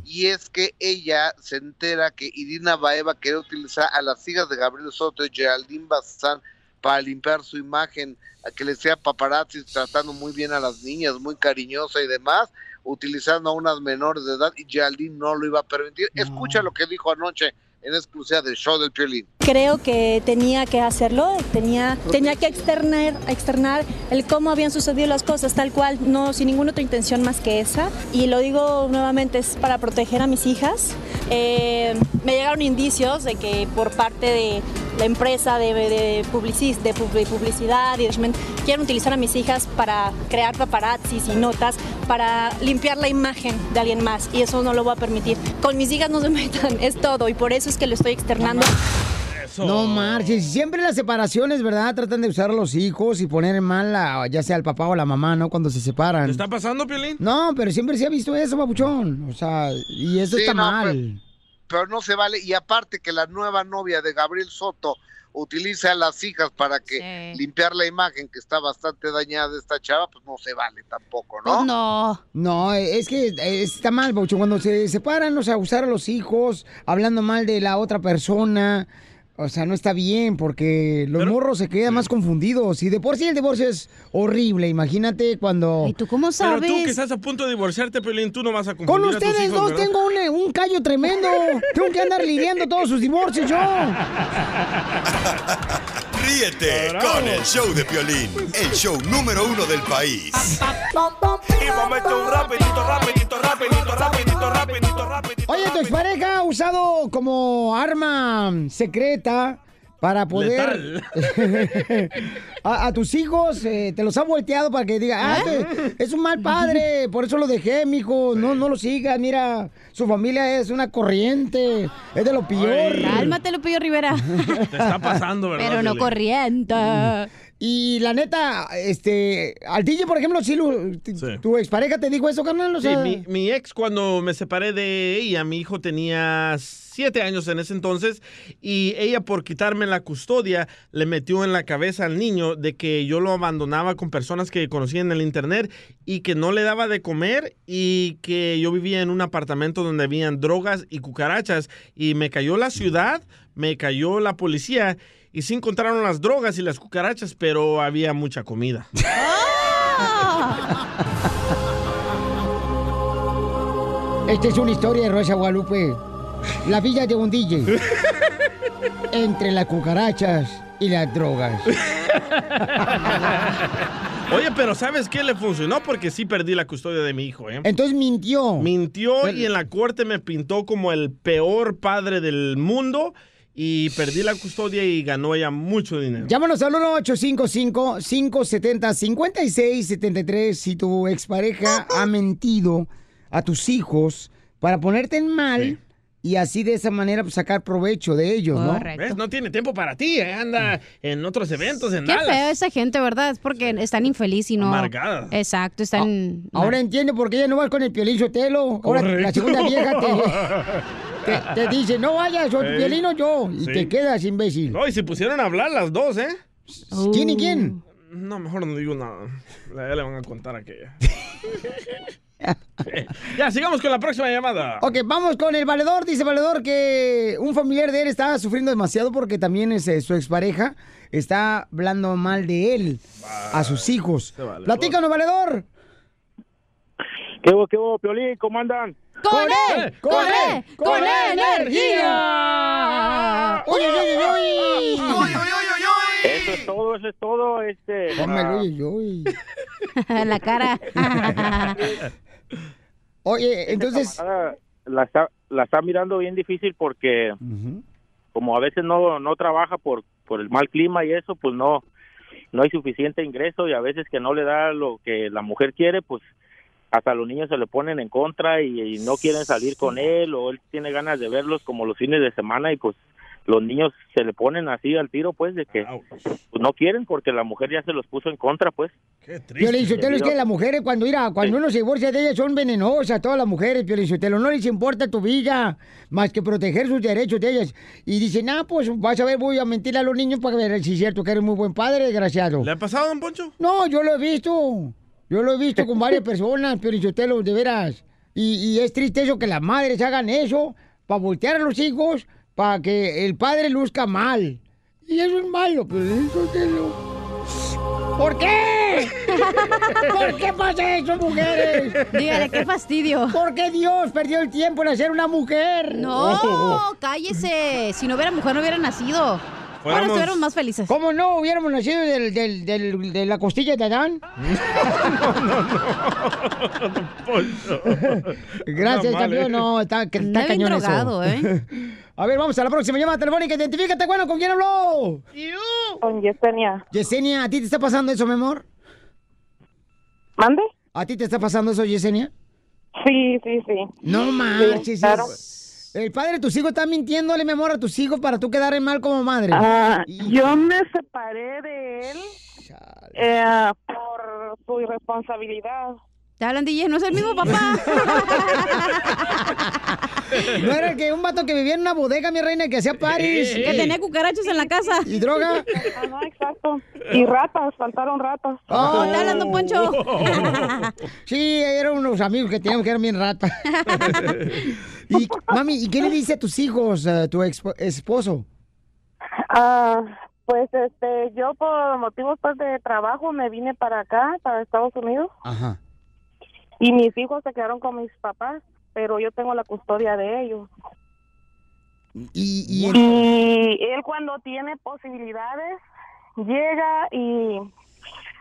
y es que ella se entera que Irina Baeva quería utilizar a las hijas de Gabriel Soto y Geraldine Bazán para limpiar su imagen, a que le sea paparazzi tratando muy bien a las niñas, muy cariñosa y demás, utilizando a unas menores de edad y Geraldine no lo iba a permitir. Escucha lo que dijo anoche en exclusiva del show del Piolín.
Creo que tenía que hacerlo, tenía, tenía que externar, externar el cómo habían sucedido las cosas, tal cual, no sin ninguna otra intención más que esa. Y lo digo nuevamente, es para proteger a mis hijas. Eh, me llegaron indicios de que por parte de la empresa de, de, publicis- de pub- de publicidad y management quieren utilizar a mis hijas para crear paparazzis y notas para limpiar la imagen de alguien más y eso no lo voy a permitir. Con mis hijas no se metan, es todo y por eso es que lo estoy externando.
No marches, siempre las separaciones, ¿verdad? Tratan de usar a los hijos y poner en mal a, ya sea al papá o a la mamá, ¿no? Cuando se separan.
¿Está pasando, Piolín?
No, pero siempre se ha visto eso, babuchón. O sea, y eso
Sí,
está
no, pues,
mal.
pero no se vale. Y aparte que la nueva novia de Gabriel Soto utiliza a las hijas para que limpiar la imagen que está bastante dañada de esta chava, pues no se vale tampoco,
Pues
¿no?
no. No, es que eh, está mal, babuchón. Cuando se separan, o sea, usar a los hijos, hablando mal de la otra persona. O sea, no está bien porque los morros se quedan más confundidos. Y de por sí el divorcio es horrible. Imagínate cuando. ¿Y tú cómo
Pero tú que estás a punto de divorciarte, Piolín, tú no vas a confundir
Con
a tus
ustedes
hijos,
dos
¿verdad?
tengo un, eh, un callo tremendo. Tengo que andar lidiando todos sus divorcios yo.
Ríete con el show de Piolín, el show número uno del país.
Y vamos a echar un rapidito, rapidito, rapidito, rapidito, rapidito, rapidito.
Oye, tu expareja ha usado como arma secreta para poder a, a tus hijos eh, te los ha volteado para que diga ah,
¿Eh?
te- es un mal padre por eso lo dejé mijo no no lo sigas mira su familia es una corriente es de lo peor
Cálmate, Lupillo Rivera.
Te está pasando, ¿verdad?
Pero no
Piolín?
corriente.
Mm. y la neta este al DJ por ejemplo si lo- t- tu expareja te dijo eso carnal o
Sí,
sea,
mi, mi ex cuando me separé de ella, mi hijo tenía siete años en ese entonces y ella por quitarme la custodia le metió en la cabeza al niño de que yo lo abandonaba con personas que conocía en el internet y que no le daba de comer y que yo vivía en un apartamento donde habían drogas y cucarachas y me cayó la ciudad, me cayó la policía y sí encontraron las drogas y las cucarachas, pero había mucha comida.
Ah. Esta es una historia de Rosa Guadalupe. La villa de un DJ. Entre las cucarachas y las drogas.
Oye, pero ¿sabes qué le funcionó? Porque sí perdí la custodia de mi hijo, ¿eh?
Entonces mintió.
Mintió y en la corte me pintó como el peor padre del mundo y perdí la custodia y ganó ella mucho dinero.
Llámanos al 1-855-570-5673 si tu expareja ha mentido a tus hijos para ponerte en mal y así de esa manera pues, sacar provecho de ellos, ¿no?
¿Ves? No tiene tiempo para ti, ¿eh? Anda en otros eventos, en
Qué feo
Dallas.
esa gente, ¿verdad? Es porque están infeliz y no.
Amargada.
Exacto, están.
Ah, Ahora entiendo por qué ella no va con el piolín sotelo. Ahora la
Correcto.
segunda vieja te, te, te dice, no vayas, o
Ey.
el piolín o yo. Y
Sí.
te quedas, imbécil.
No, y se pusieron a hablar las dos, ¿eh? Uh.
¿Quién y quién?
No, mejor no digo nada. Ya le van a contar a aquella. ya, sigamos con la próxima llamada.
Ok, vamos con el valedor. Dice valedor que un familiar de él está sufriendo demasiado porque también es, eh, su expareja está hablando mal de él a sus hijos.
Este valedor.
Platícanos, valedor.
¿Qué hubo, qué hubo, Piolín? ¿Cómo andan?
¡Con él!
¡Con él!
¡Con E
energía!
¡Uy, uy, uy, uy!
Eso es todo, eso es todo. Este,
Pónmelo, uy, uy.
la cara.
Oye, entonces...
la, está, la está mirando bien difícil porque como a veces no, no trabaja por, por el mal clima y eso, pues no, no hay suficiente ingreso y a veces que no le da lo que la mujer quiere, pues hasta los niños se le ponen en contra y, y no quieren salir con él o él tiene ganas de verlos como los fines de semana y pues los niños se le ponen así al tiro pues de que pues, no quieren porque la mujer ya se los puso en contra pues.
Piolín Sotelo, es que las mujeres cuando mira, cuando uno se divorcia de ellas son venenosas, todas las mujeres, Piolín Sotelo, no les importa tu vida más que proteger sus derechos de ellas. Y dicen, ah, pues vas a ver, voy a mentir a los niños para ver si es cierto que eres muy buen padre, desgraciado.
¿Le ha pasado, don Poncho?
No, yo lo he visto. Yo lo he visto con varias personas, Piolín Sotelo, de veras. Y, y es triste eso que las madres hagan eso para voltear a los hijos para que el padre luzca mal. Y eso es malo, Piolín Sotelo. ¿Por qué? ¿Por qué pasa eso, mujeres?
Dígale, qué fastidio.
¿Por qué Dios perdió el tiempo en hacer una mujer? Oh.
No, cállese. Si no hubiera mujer, no hubiera nacido. Ahora
Fuéramos-
estuviéramos más felices.
¿Cómo no hubiéramos nacido del- del- del- de la costilla de Adán? Gracias,
Está mal,
campeón.
¿eh?
No, está, está
Anda bien
cañón eso.
drogado, ¿eh?
A ver, vamos a la próxima llamada telefónica. Identifícate, bueno, ¿con quién habló?
Con Yesenia.
Yesenia, ¿a ti te está pasando eso, mi amor?
¿Mande?
¿A ti te está pasando eso, Yesenia?
Sí, sí, sí.
No marches.
Sí, claro.
El padre de tus hijos está mintiéndole, mi amor, a tus hijos para tú quedar en mal como madre.
Ah, yo me separé de él eh, por su irresponsabilidad.
Te hablan, DJ, no es el mismo papá.
No era el que un vato que vivía en una bodega, mi reina, que hacía paris.
Que tenía cucarachos en la casa.
¿Y droga?
Ajá, exacto. Y ratas, faltaron ratas.
Oh.
Te hablan, don Poncho.
Sí, eran unos amigos que teníamos que eran bien ratas. y, mami, ¿y qué le dice a tus hijos, a tu expo- esposo?
Ah, pues este, yo por motivos pues, de trabajo me vine para acá, para Estados Unidos,
Ajá.
y mis hijos se quedaron con mis papás, pero yo tengo la custodia de ellos.
Y, y,
Y él cuando tiene posibilidades llega y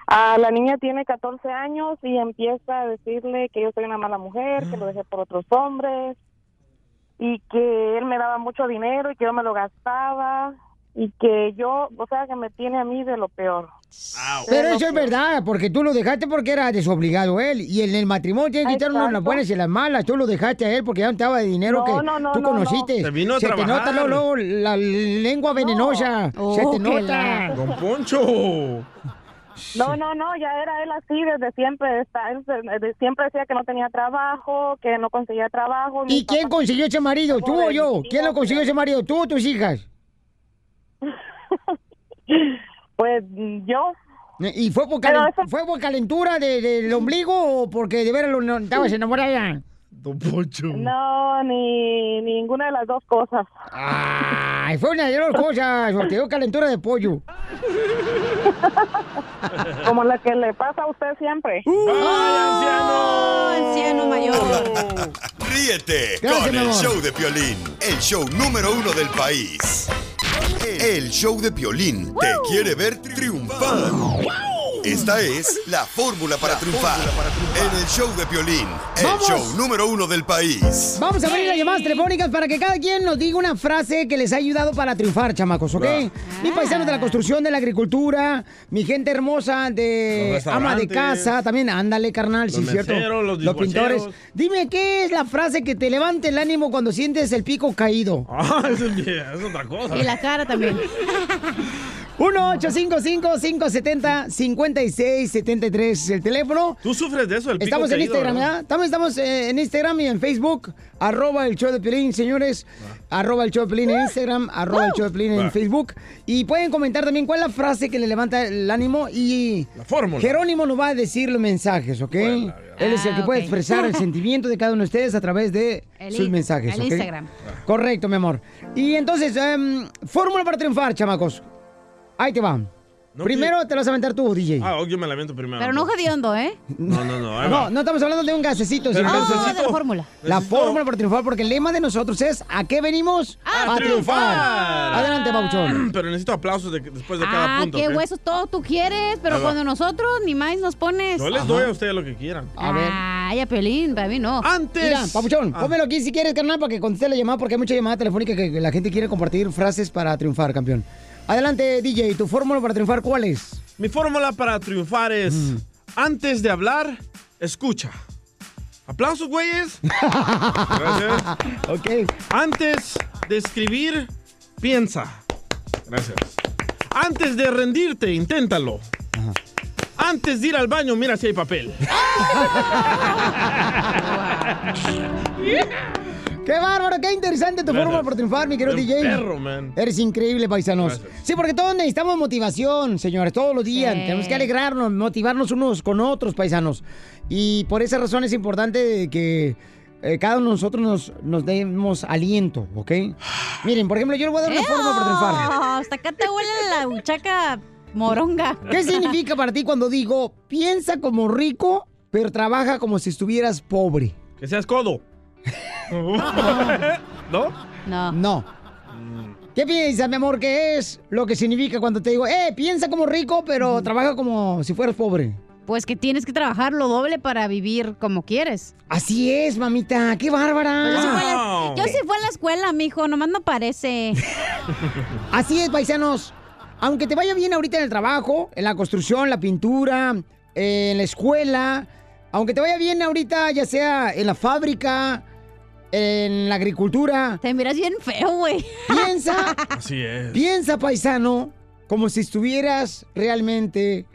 a la niña tiene 14 años y empieza a decirle que yo soy una mala mujer, que lo dejé por otros hombres y que él me daba mucho dinero y que yo me lo gastaba y que yo, o sea, que me tiene a mí de lo peor.
Pero eso
pues.
es verdad, porque tú lo dejaste porque era desobligado él. Y en el matrimonio tiene que estar uno en las
Exacto.
buenas y en las malas. Tú lo dejaste a él porque ya no te daba de dinero
No,
que
no, no,
tú
no,
conociste.
no. Se vino a
Se te
trabajar.
nota luego, luego la lengua venenosa.
Oh,
Se te
qué
nota.
tal. Don
Poncho.
No, no, no, ya era él así desde siempre. Está, él se- desde siempre decía que no tenía trabajo, que no conseguía trabajo.
¿Y
Mis
quién
papás-
consiguió ese marido? ¿Tú o yo?
Pobrecito.
¿Quién lo consiguió ese marido? ¿Tú o tus hijas?
Pues yo.
¿Y fue por,
Pero
calen-
eso-
fue por calentura de- del ombligo o porque de veras lo- no, estabas enamorada?
Don Poncho.
No, ni ninguna de las dos cosas.
Ay, fue una de las dos cosas. o Te dio calentura de pollo.
Como la que le pasa a usted siempre.
anciano mayor!
Ríete
Gracias,
con
mi
el
amor.
show de Piolín, el show número uno del país. El show de Piolín te quiere ver triunfar. Esta es la fórmula para, triunfar. en el show de Piolín, el
¡Vamos!
show número uno del país.
Vamos a abrir las llamadas telefónicas para que cada quien nos diga una frase que les ha ayudado para triunfar, chamacos, ¿ok?
Va.
Mi paisano de la construcción, de la agricultura, mi gente hermosa de
Los
ama de
restaurantes.
casa, también ándale, carnal,
Los
sí, cierto.
meseros, los dishwasheros.
pintores. Dime, ¿qué es la frase que te levanta el ánimo cuando sientes el pico caído?
Ah, eso es, es otra cosa.
Y la cara también.
1-855-570-5673 es el teléfono.
Tú sufres de eso, el pico
Estamos en
caído,
Instagram,
¿verdad?
¿verdad? Estamos, estamos, eh, en Instagram y en Facebook. Arroba el show de Pelín, señores. Arroba el show de Pelín en Instagram. Arroba el show de Pelín en
Uh. Va.
Facebook. Y pueden comentar también cuál es la frase que le levanta el ánimo y... La
fórmula.
Jerónimo nos va a decir los mensajes, ¿ok? Él es el
Ah,
que puede
ok.
expresar el sentimiento de cada uno de ustedes a través de
El
sus
in-
mensajes,
el
¿ok?
Instagram.
Correcto, mi amor. Y entonces, em, fórmula para triunfar, chamacos. Ahí te va. Primero te lo vas a aventar tú, DJ.
Ah, ok, yo me la aviento primero.
Pero no jodiendo, ¿eh?
No, no, no. ahí va.
No, no estamos hablando de un gasecito.
Pero
sino-
necesito- Oh, de la fórmula.
La fórmula para triunfar, porque el lema de nosotros es ¿a qué venimos?
A triunfar.
Adelante, Pauchón.
Pero necesito aplausos de- después de cada
Ah,
punto.
qué
¿ok?
huesos todo tú quieres, pero
Ahí va.
cuando nosotros ni más nos pones.
Yo les doy a ustedes lo que quieran. Ah.
Ay, a Ah. Pelín, para mí no.
Antes. Ah.
Mira, Papuchón, pónmelo aquí si quieres, carnal, para que conteste la llamada, porque hay mucha llamada telefónica que la gente quiere compartir frases para triunfar, campeón. Adelante, DJ, ¿tu fórmula para triunfar cuál es?
Mi fórmula para triunfar es: antes de hablar, escucha. Aplausos, güeyes. Gracias.
Ok.
Antes de escribir, piensa. Gracias. Antes de rendirte, inténtalo. Antes de ir al baño, mira si hay papel.
¡Qué bárbaro! ¡Qué interesante tu
Gracias.
fórmula para triunfar, mi querido
Qué
DJ!
perro, man.
Eres increíble, paisanos. Sí, porque todos necesitamos motivación, señores, todos los días.
Sí.
Tenemos que alegrarnos, motivarnos unos con otros, paisanos. Y por esa razón es importante de que eh, cada uno de nosotros nos, nos demos aliento, ¿ok? Miren, por ejemplo, yo le voy a dar una fórmula para triunfar.
Eh, No, hasta acá te huele la buchaca moronga.
¿Qué significa para ti cuando digo, piensa como rico, pero trabaja como si estuvieras pobre?
Que seas codo. ¿No?
No. Mm.
No. ¿Qué piensas, mi amor, que es lo que significa cuando te digo, eh, piensa como rico, pero trabaja como si fueras pobre?
Pues que tienes que trabajar lo doble para vivir como quieres.
Así es, mamita, qué bárbara.
Yo sí fui a la- Yo sí fui a la escuela, mijo, nomás no parece.
Así es, paisanos. Aunque te vaya bien ahorita en el trabajo, en la construcción, la pintura, eh, en la escuela, aunque te vaya bien ahorita, ya sea en la fábrica, en la agricultura.
Te miras bien feo, güey.
Piensa,
Así es.
piensa, paisano, como si estuvieras realmente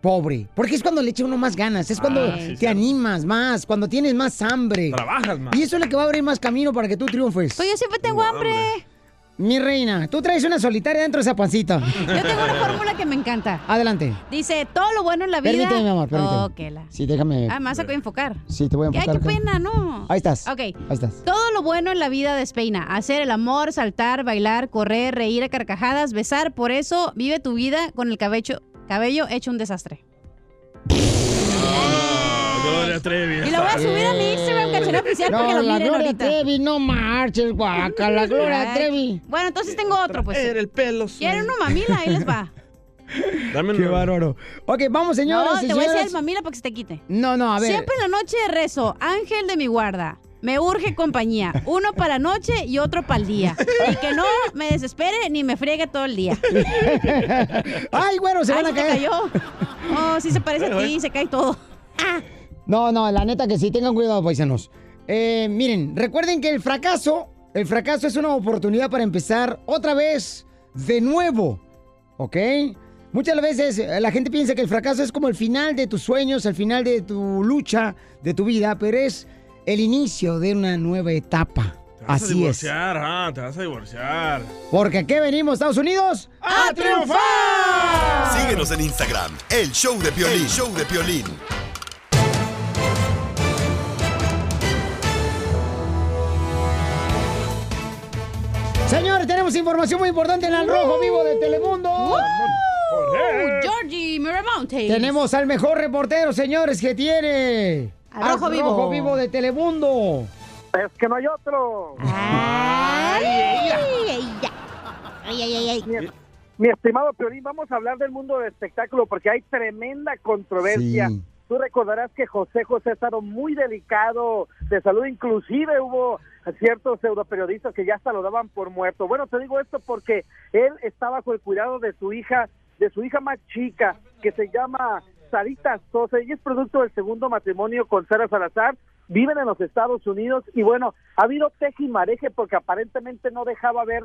pobre. Porque es cuando le echa uno más ganas, es cuando
Ah, sí,
te
cierto.
animas más, cuando tienes más hambre.
Trabajas más.
Y eso es lo que va a abrir más camino para que tú triunfes.
Pues yo siempre tengo hambre.
Mi reina, tú traes una solitaria dentro de esa pancita.
Yo tengo una fórmula que me encanta.
Adelante.
Dice, todo lo bueno en la vida.
Permíteme, mi amor, permíteme.
Oh, que la-
Sí, déjame.
Ah, me vas a enfocar.
Sí, te voy a
Ay,
enfocar.
qué
acá.
pena, no.
Ahí estás.
Ok.
Ahí estás.
Todo lo bueno en la vida despeina. Hacer el amor, saltar, bailar, correr, reír a carcajadas, besar. Por eso vive tu vida con el cabello, cabello hecho un desastre.
Gloria Trevi.
Y lo voy a subir a mi Instagram, cachera oficial, porque lo
la
miren
Gloria
ahorita.
Trevi, no marches, guaca, la Gloria
Ay.
Trevi.
Bueno, entonces tengo otro, pues.
Traer el pelo.
Quieren una mamila, ahí les va.
Dame
Qué bárbaro. Ok, vamos, señores.
no,
y
te voy a decir el
señoras.
mamila para que se te quite.
No, no, a ver.
Siempre en la noche rezo, ángel de mi guarda. Me urge compañía. Uno para noche y otro para el día. Y que no me desespere ni me friegue todo el día.
Ay, bueno, se van a
te
caer.
cayó. Oh, sí se parece a ti, se cae todo.
Ah. No, no, la neta que sí, tengan cuidado, paisanos. Eh, miren, recuerden que el fracaso, el fracaso es una oportunidad para empezar otra vez, de nuevo, ¿ok? Muchas veces eh, la gente piensa que el fracaso es como el final de tus sueños, el final de tu lucha, de tu vida, pero es el inicio de una nueva etapa.
Vas a
Así es.
divorciar, ah, te vas a divorciar.
Porque aquí venimos, Estados Unidos, a triunfar.
Síguenos en Instagram, el show de Piolín. El show de Piolín.
Señores, tenemos información muy importante en el Rojo Vivo de Telemundo.
Uh, Georgie Miramonte.
Tenemos al mejor reportero, señores, que tiene.
Al Rojo Vivo.
Rojo Vivo de Telemundo. Es que no hay otro.
Ay,
ella.
Ay, ay, ay, ay.
Mi, mi estimado Piolín, vamos a hablar del mundo del espectáculo porque hay tremenda controversia.
Sí.
Tú recordarás que José José ha estado muy delicado de salud, inclusive hubo ciertos pseudoperiodistas que ya hasta lo daban por muerto. Bueno, te digo esto porque él está bajo el cuidado de su hija, de su hija más chica, que se llama Sarita Sosa, y es producto del segundo matrimonio con Sara Salazar, viven en los Estados Unidos, y bueno, ha habido teje y mareje porque aparentemente no dejaba ver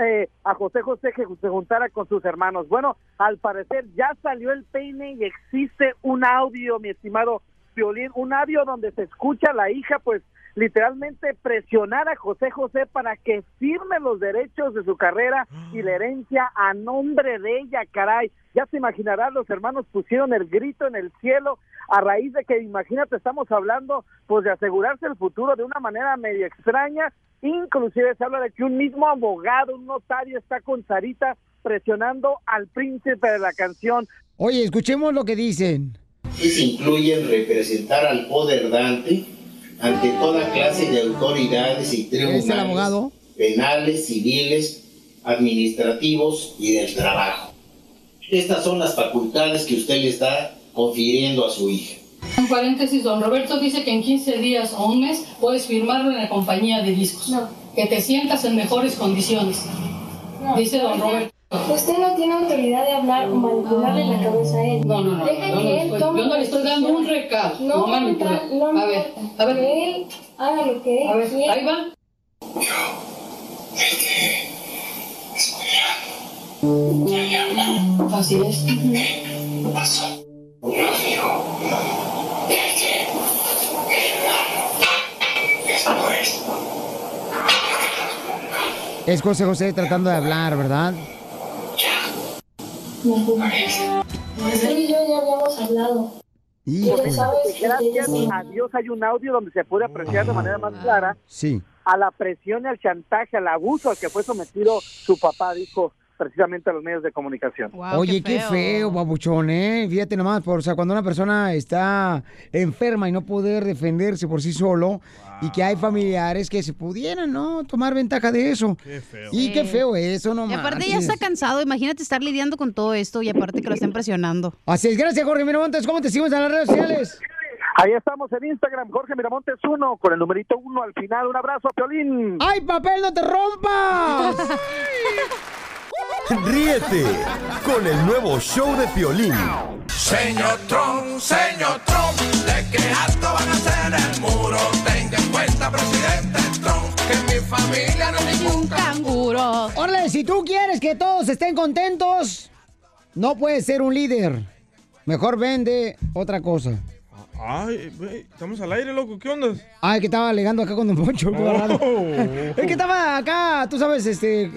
eh, a José José que se juntara con sus hermanos. Bueno, al parecer ya salió el peine y existe un audio, mi estimado Violín, un audio donde se escucha a la hija, pues literalmente presionar a José José para que firme los derechos de su carrera y la herencia a nombre de ella, caray. Ya se imaginará, los hermanos pusieron el grito en el cielo a raíz de que, imagínate, estamos hablando pues de asegurarse el futuro de una manera medio extraña Inclusive se habla de que un mismo abogado, un notario, está con Sarita presionando al príncipe de la canción.
Oye, escuchemos lo que dicen.
incluyen representar al poder Dante ante toda clase de autoridades y
¿Es el
tribunales
abogado?
penales, civiles, administrativos y del trabajo. Estas son las facultades que usted le está confiriendo a su hija.
En paréntesis, don Roberto dice que en 15 días o un mes puedes firmarlo en la compañía de discos. Que te sientas en mejores condiciones. Dice don Roberto.
Usted no tiene autoridad de hablar o manipularle la cabeza a él.
No, no, no.
Deje
no,
que
no,
él
yo
tome.
no le estoy dando un recado. No,
No,
manipula.
no, no,
a ver, a ver.
que él haga lo que él
A ver,
quiera.
ahí va. Así es.
Es José José tratando de hablar, ¿verdad?
Él y yo ya habíamos hablado.
Porque, ¿sabes? Gracias a Dios hay un audio donde se puede apreciar de manera más clara
Sí.
a la presión, al chantaje, al abuso al que fue sometido su papá, dijo precisamente a los medios de comunicación.
Oye, qué feo. babuchón, ¿eh? Fíjate nomás, por, o sea, cuando una persona está enferma y no poder defenderse por sí solo y que hay familiares que se pudieran, ¿no? Tomar ventaja de eso. Qué feo. Y qué
Sí.
feo eso, no
Y aparte ya
manches.
está cansado, imagínate estar lidiando con todo esto y aparte que lo estén presionando.
Así es, gracias, Jorge Miramontes. ¿Cómo te seguimos en las redes sociales?
Ahí estamos en Instagram, Jorge Miramontes 1, con el numerito 1 al final. Un abrazo, Piolín.
¡Ay, papel, no te rompas!
Ríete con el nuevo show de Piolín.
Señor Trump, señor Trump, de qué alto van a hacer el muro. Tenga en cuenta, presidente Trump, que mi familia no es ningún
canguro. Orle, si tú quieres que todos estén contentos, no puedes ser un líder. Mejor vende otra cosa.
Ay, güey, estamos al aire, loco, ¿qué onda?
Ay, Ah, que estaba alegando acá con Don Poncho. qué bárbaro. es que estaba acá, tú sabes, este,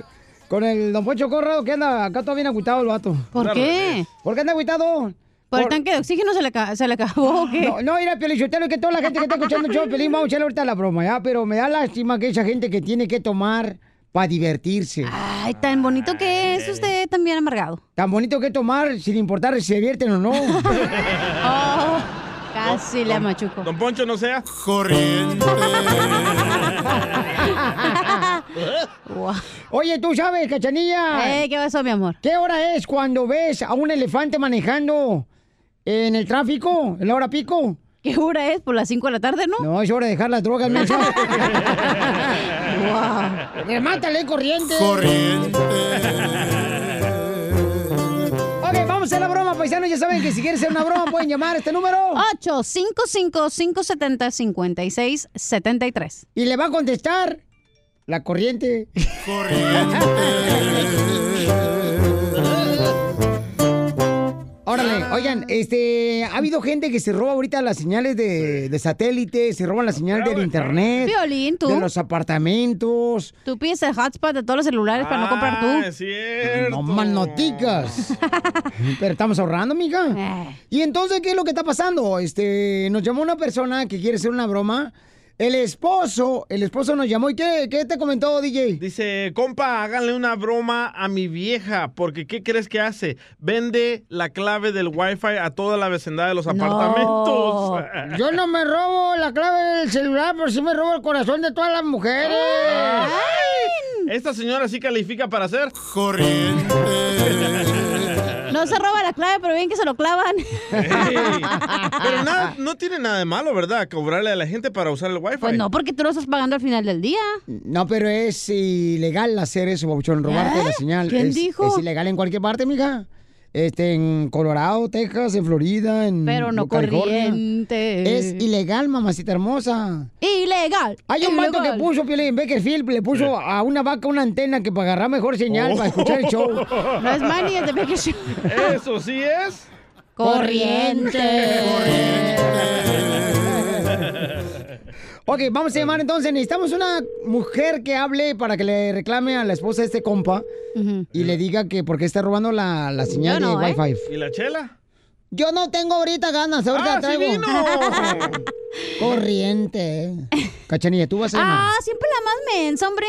con el Don Poncho Corrado que anda acá todo bien agüitado el vato.
¿Por qué?
¿Por qué anda agüitado?
¿Por el tanque de oxígeno se le, ca- se le acabó o qué?
No, no, mira, Piolín, Sotelo, es que toda la gente que está escuchando el show de Piolín, vamos a echarle ahorita la broma, ¿ya? Pero me da lástima que esa gente que tiene que tomar para divertirse.
Ay, tan bonito que es usted también amargado.
Tan bonito que tomar, sin importar si se divierten o no.
Oh, casi la machuco.
Don Poncho, no sea. Corriente.
Oye, tú sabes, cachanilla.
Eh, ¿Qué pasó, mi amor?
¿Qué hora es cuando ves a un elefante manejando en el tráfico, en la hora pico?
¿Qué hora es? ¿Por las 5 de la tarde, no?
No, es hora de dejar las drogas, no wow. Mátale, corriente. Corriente. Ok, vamos a hacer la broma, paisanos. Ya saben que si quieren hacer una broma pueden llamar a este número.
855-570-5673.
Y le va a contestar la corriente. Órale, oigan, este, ha habido gente que se roba ahorita las señales de, de satélite, se roban la señal del internet,
Violín, tú.
de los apartamentos,
Tú pides el hotspot de todos los celulares para no comprar tú.
No más noticas. Pero estamos ahorrando, mija.
Eh.
Y entonces, ¿qué es lo que está pasando? Este, nos llamó una persona que quiere hacer una broma. El esposo, el esposo nos llamó. ¿Y qué, qué te comentó, DJ?
Dice, compa, háganle una broma a mi vieja, porque ¿qué crees que hace? Vende la clave del wifi a toda la vecindad de los apartamentos.
Yo no me robo la clave del celular, pero sí me robo el corazón de todas las mujeres. ¿Ah?
Esta señora sí califica para ser corriente.
No se roba la clave, pero bien que se lo clavan.
Pero nada, no tiene nada de malo, ¿verdad? Cobrarle a la gente para usar el wifi.
Pues no, porque tú lo estás pagando al final del día.
No, pero es ilegal hacer eso, babuchón, robarte
¿Eh?
la señal.
¿Quién
es,
dijo?
Es ilegal en cualquier parte, mija. Este, en Colorado, Texas, en Florida, en
Pero no
California.
corriente.
Es ilegal, mamacita hermosa.
Ilegal.
Hay un vato que
ilegal.
puso, Piolín, en Beckerfield, le puso a una vaca una antena que para agarrar mejor señal, para escuchar el show.
No es Manny, es de Beckerfield.
Eso sí es.
Ok, vamos a llamar entonces. Necesitamos una mujer que hable para que le reclame a la esposa de este compa y le diga que porque está robando la, la señal
Yo no,
de
¿eh?
Wi-Fi.
¿Y la chela?
Yo no tengo ahorita ganas, ahorita
¡Ah, sí
traigo.
vino!
Corriente. ¿eh? Cachanilla, tú vas a llamar.
Ah, siempre la más mensa, hombre.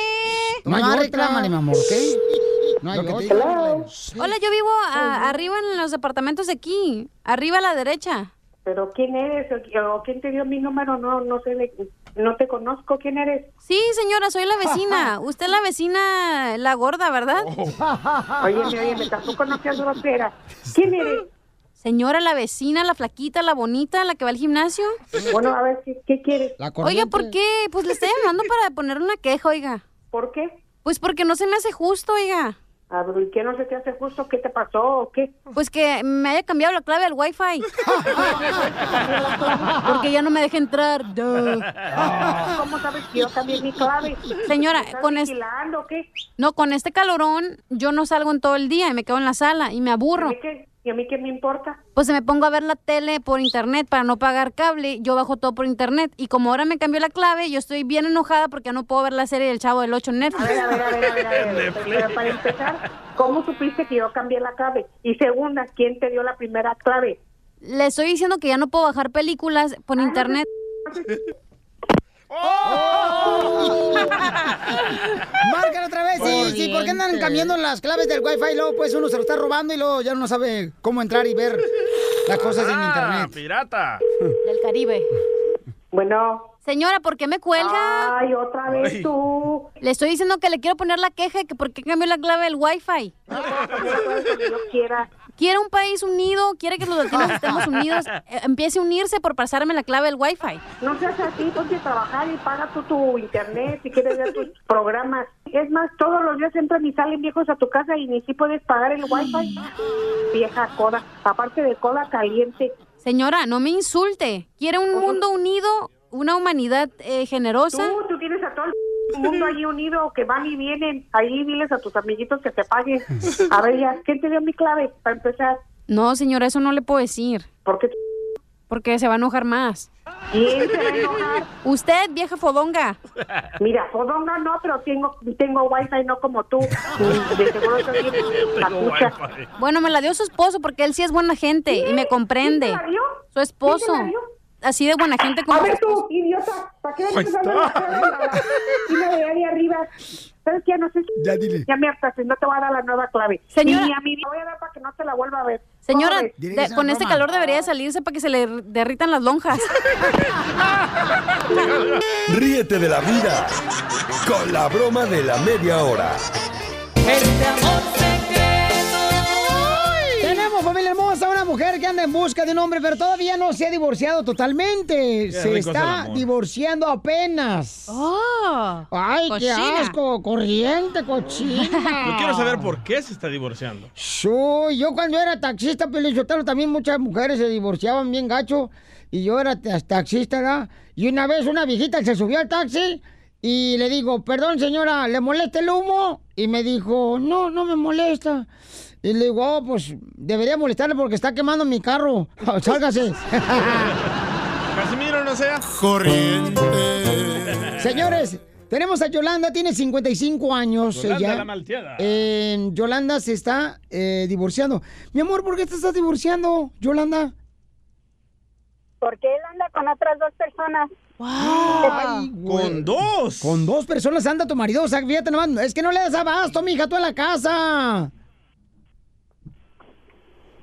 No hay otra. reclámale, mi amor, ¿ok? No hay
Lo que
otra.
te diga, Hola, yo vivo a- arriba en los departamentos de aquí, arriba a la derecha.
¿Pero quién eres? ¿O, o quién te dio mi número? No, no sé, de- no te conozco. ¿Quién eres?
Sí, señora, soy la vecina. Usted es la vecina, la gorda, ¿verdad? Oh.
Óyeme, óyeme, tampoco no seas grosera. ¿Quién eres?
Señora, la vecina, la flaquita, la bonita, la que va al gimnasio.
Bueno, a ver, ¿qué, qué quieres?
Oiga, ¿por qué? Pues le estoy llamando para poner una queja, oiga.
¿Por qué?
Pues porque no se me hace justo, oiga.
A ver, ¿y ¿qué no se te hace justo? ¿Qué te pasó o qué?
Pues que me haya cambiado la clave del wifi. Porque ya no me deja entrar. Duh.
¿Cómo sabes que yo cambié mi clave?
Señora,
¿Estás
con es-
vigilando o qué?
No, con este calorón yo no salgo en todo el día y me quedo en la sala y me aburro.
¿Y a mí qué me importa?
Pues me pongo a ver la tele por internet para no pagar cable, yo bajo todo por internet y como ahora me cambió la clave, yo estoy bien enojada porque ya no puedo ver la serie del Chavo del 8 en Netflix.
Pero para empezar, ¿cómo supiste que yo cambié la clave? Y segunda, ¿quién te dio la primera clave? Ah,
Le estoy diciendo que ya no puedo bajar películas por internet.
Márcalo otra vez, sí, sí, ¿por qué andan cambiando las claves del Wi-Fi? Luego, pues uno se lo está robando y luego ya no sabe cómo entrar y ver las cosas en
Ah,
internet.
pirata.
Del Caribe.
Bueno.
Señora, ¿por qué me cuelga?
Ay, otra vez Ay. tú.
Le estoy diciendo que le quiero poner la queja de que por qué cambió la clave del wifi. Quiere un país unido, quiere que los latinos estemos unidos. Eh, Empiece a unirse por pasarme la clave del wifi.
No seas así, ponte a trabajar y paga tú tu internet si quieres ver tus programas. Es más, todos los días entran y salen viejos a tu casa y ni si puedes pagar el wifi. Vieja coda, aparte de coda caliente.
Señora, no me insulte. Quiere un mundo unido, una humanidad eh, generosa.
Tú, tú tienes a todo el mundo ahí unido que van y vienen. Ahí diles a tus amiguitos que te paguen. A ver ya, ¿quién te dio mi clave para empezar?
No, señora, eso no le puedo decir.
¿Por qué?
Porque se va a enojar más.
¿Quién se va a enojar?
Usted, vieja fodonga.
Mira, fodonga no, pero tengo tengo wifi no como tú. De seguro soy bien papucha.
Bueno, me la dio su esposo porque él sí es buena gente y me comprende.
¿Quién te la dio?
Su esposo.
¿Quién te la dio?
Así de buena gente como
A ver
su esposo.
tú, idiota, ¿para qué
Ahí
me estás hablando
está.
de la esquina de ahí arriba? ¿Sabes qué? No sé si... Ya dile. Ya me hartaste, no te voy a dar la nueva clave.
Señora.
Ni a mi vida voy a dar para que no te la vuelva a ver.
Señora,
¿Cómo ves?
de- con este calor debería de salirse para que se le derritan las lonjas.
Ríete de la vida con la broma de la media hora.
Tenemos, familia hermosa. Tenemos a una mujer que anda en busca de un hombre, pero todavía no se ha divorciado totalmente.
Qué
se
rico es el
está
amor.
divorciando apenas. ¡Ay, qué
cochina.
asco! Corriente, cochina.
Yo quiero
Ah.
saber por qué se está divorciando.
Yo, yo cuando era taxista, Pelizotelo, también muchas mujeres se divorciaban bien gacho. Y yo era ta- taxista, ¿verdad? Y una vez una viejita se subió al taxi y le digo, perdón señora, ¿le molesta el humo? Y me dijo, no, no me molesta. Y le digo, oh, pues debería molestarle porque está quemando mi carro. Sálgase.
Casimiro no sea.
Corriente.
Señores, tenemos a Yolanda, tiene 55 años.
Yolanda
ella.
la malteada.
Eh, Yolanda se está eh, divorciando. Mi amor, ¿por qué te estás divorciando, Yolanda?
Porque él anda con otras dos personas.
Con dos. Con dos personas anda tu marido. O sea, fíjate nomás, es que no le das abasto, mija, tú a la casa.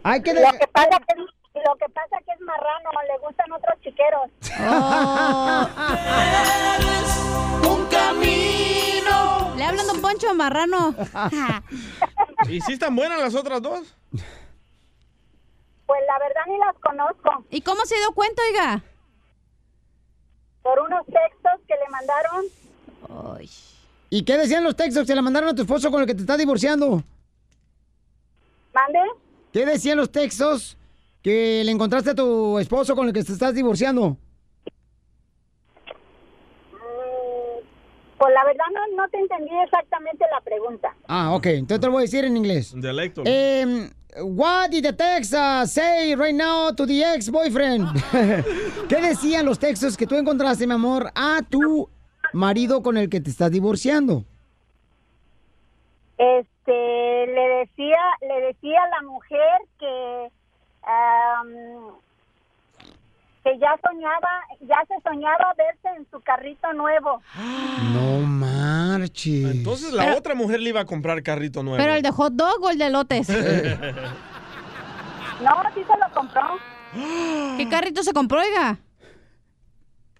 Hay que...
Lo que pasa que lo que pasa que es marrano, le gustan otros chiqueros.
Ah. un camino. Le hablan Don Poncho a Marrano.
¿Y si están buenas las otras dos?
Pues la verdad ni las conozco.
¿Y cómo se dio cuenta, oiga?
Por unos textos que le mandaron,
¿Y qué decían los textos que se la mandaron a tu esposo con el que te está divorciando?
mande.
¿Qué decían los textos que le encontraste a tu esposo con el que te estás divorciando?
Pues la verdad no, no te entendí exactamente la pregunta.
Ah, ok. Entonces te lo voy a decir en inglés.
Dialecto.
Um, what did the text uh, say right now to the ex-boyfriend? ¿Qué decían los textos que tú encontraste, mi amor, a tu marido con el que te estás divorciando?
Este le decía le decía a la mujer que am, que ya soñaba, ya se soñaba verse en su carrito nuevo.
No marches.
Entonces la
Pero-
otra mujer le iba a comprar carrito nuevo.
¿Pero el de hot dog o el de lotes?
No, sí se lo compró.
¿Qué carrito se compró, oiga?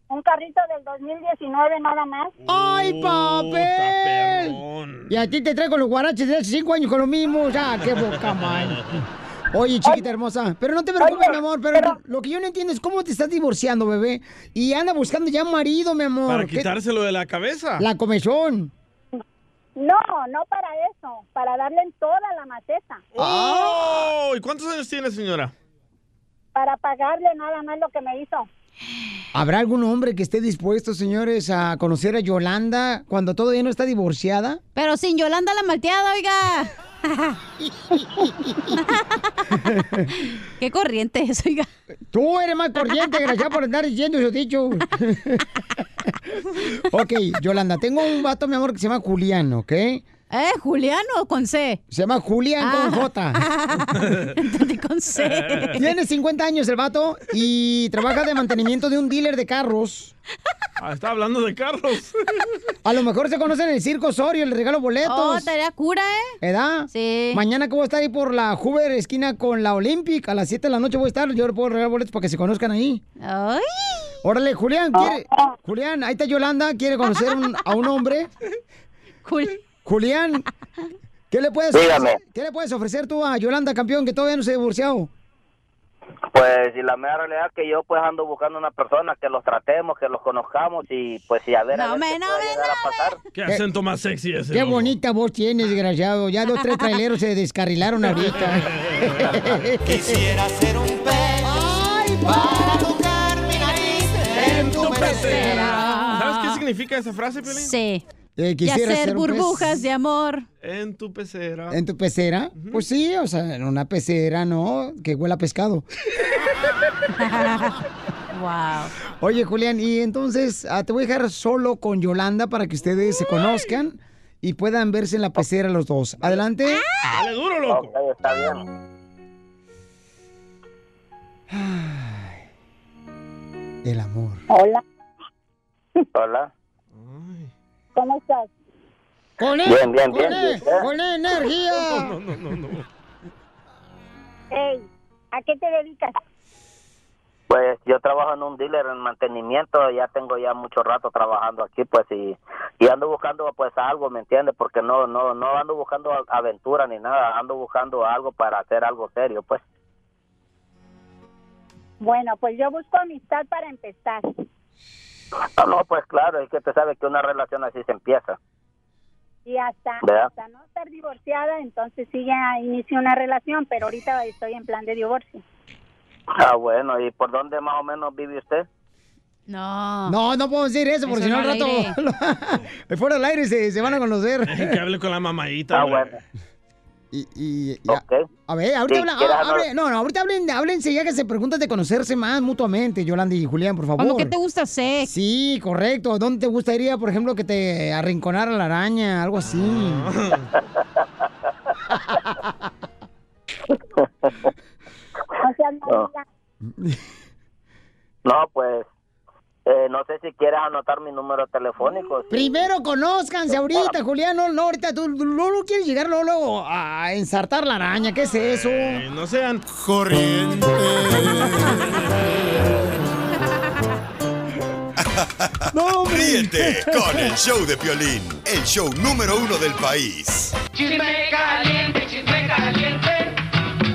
Un carrito del 2019 nada más.
¡Ay, papel! Y a ti te traigo los guaraches de hace cinco años con lo mismo. Ya, qué boca mal. Oye, chiquita hermosa, pero no te preocupes,
Oye,
mi amor, pero, lo que yo no entiendo es cómo te estás divorciando, bebé. Y anda buscando ya marido, mi amor.
Para
¿Qué-
quitárselo de la cabeza.
La comezón.
No, no para eso, para darle en toda la maceta.
¡Oh! ¿Y cuántos años tiene, señora?
Para pagarle nada más lo que me hizo.
¿Habrá algún hombre que esté dispuesto, señores, a conocer a Yolanda cuando todavía no está divorciada?
Pero sin Yolanda la malteada, oiga. Qué corriente es, oiga.
Tú eres más corriente, gracias por andar diciendo eso dicho. ok, Yolanda, tengo un vato, mi amor, que se llama Julián, ¿ok? ¿Eh?
¿Juliano con C? Ah.
Se llama Julián con J.
con C.
Tiene 50 años el vato y trabaja de mantenimiento de un dealer de carros.
Ah, está hablando de carros.
A lo mejor se conocen en el Circo Osorio, le regalo boletos.
Oh, tarea cura, ¿eh?
¿Edad?
Sí.
Mañana que voy a estar ahí por la Hoover esquina con la Olympic. A las 7 de la noche voy a estar. Yo le puedo regalar boletos para que se conozcan ahí.
Ay. Ah.
Órale, Julián, quiere. Julián, ahí está Yolanda, quiere conocer un- a un hombre. Julián, ¿qué le puedes
Dígame.
¿Qué le puedes ofrecer tú a Yolanda, campeón, que todavía no se ha divorciado?
Pues y la mera realidad es que yo pues ando buscando una persona que los tratemos, que los conozcamos y pues y a ver a ver qué puede llegar a pasar.
¿Qué acento más sexy es?
Qué bonita voz tienes, desgraciado. Ya dos, tres traileros se descarrilaron ahorita.
Quisiera ser un pez para tocar mi nariz en tu pecera.
¿Sabes qué significa esa frase, Piolín?
Sí.
Eh,
Y
quisiera
hacer
ser un pez.
burbujas de amor.
En tu pecera.
¿En tu pecera? Pues sí, o sea, en una pecera, ¿no? Que huela a pescado.
wow.
Oye, Julián, y entonces ah, te voy a dejar solo con Yolanda para que ustedes se conozcan y puedan verse en la pecera los dos. Adelante.
Dale duro, loco.
está bien.
El amor.
Hola,
Hola.
¿cómo estás?
Con
él, Bien, bien, bien,
con
¿y
él,
usted?
con él, energía.
No, no, no, no.
Ey, ¿a qué te dedicas?
Pues yo trabajo en un dealer en mantenimiento, ya tengo ya mucho rato trabajando aquí, pues y, y ando buscando pues algo, ¿me entiendes? Porque no no no ando buscando a- aventura ni nada, ando buscando algo para hacer algo serio, pues.
Bueno, pues yo busco amistad para empezar.
Ah, no, pues claro, es que te sabe que una relación así se empieza.
Y hasta,
¿Verdad?
hasta no estar divorciada, entonces sí ya inicio una relación, pero ahorita estoy en plan de divorcio.
Ah, bueno, ¿y por dónde más o menos vive usted?
No.
No, no podemos decir eso porque si
Eso
no al
no
rato. fuera del aire se, se van a conocer.
Que hable con la mamadita.
Ah,
güey. Eh,
Y, y- y a- a ver, ahorita
Sí,
habla-
¿quieres
ah,
hablar?
hable- no, no, ahorita hablen, háblense ya que se preguntan de conocerse más mutuamente, Yolanda y Julián, por favor.
Cuando, ¿qué
te
gusta hacer?
Sí, correcto. ¿Dónde te gustaría, por ejemplo, que te arrinconara la araña, algo así?
O sea, no,
No.
diga-
No, pues, eh, no sé si quieres anotar mi número telefónico. sí.
Primero conózcanse ahorita, Julián. No, no, ahorita tú no, no quieres llegar luego, luego a ensartar la araña. ¿Qué es eso?
no sean
corrientes.
Ríete con el show de Piolín, el show número uno del país.
Chisme caliente, chisme caliente.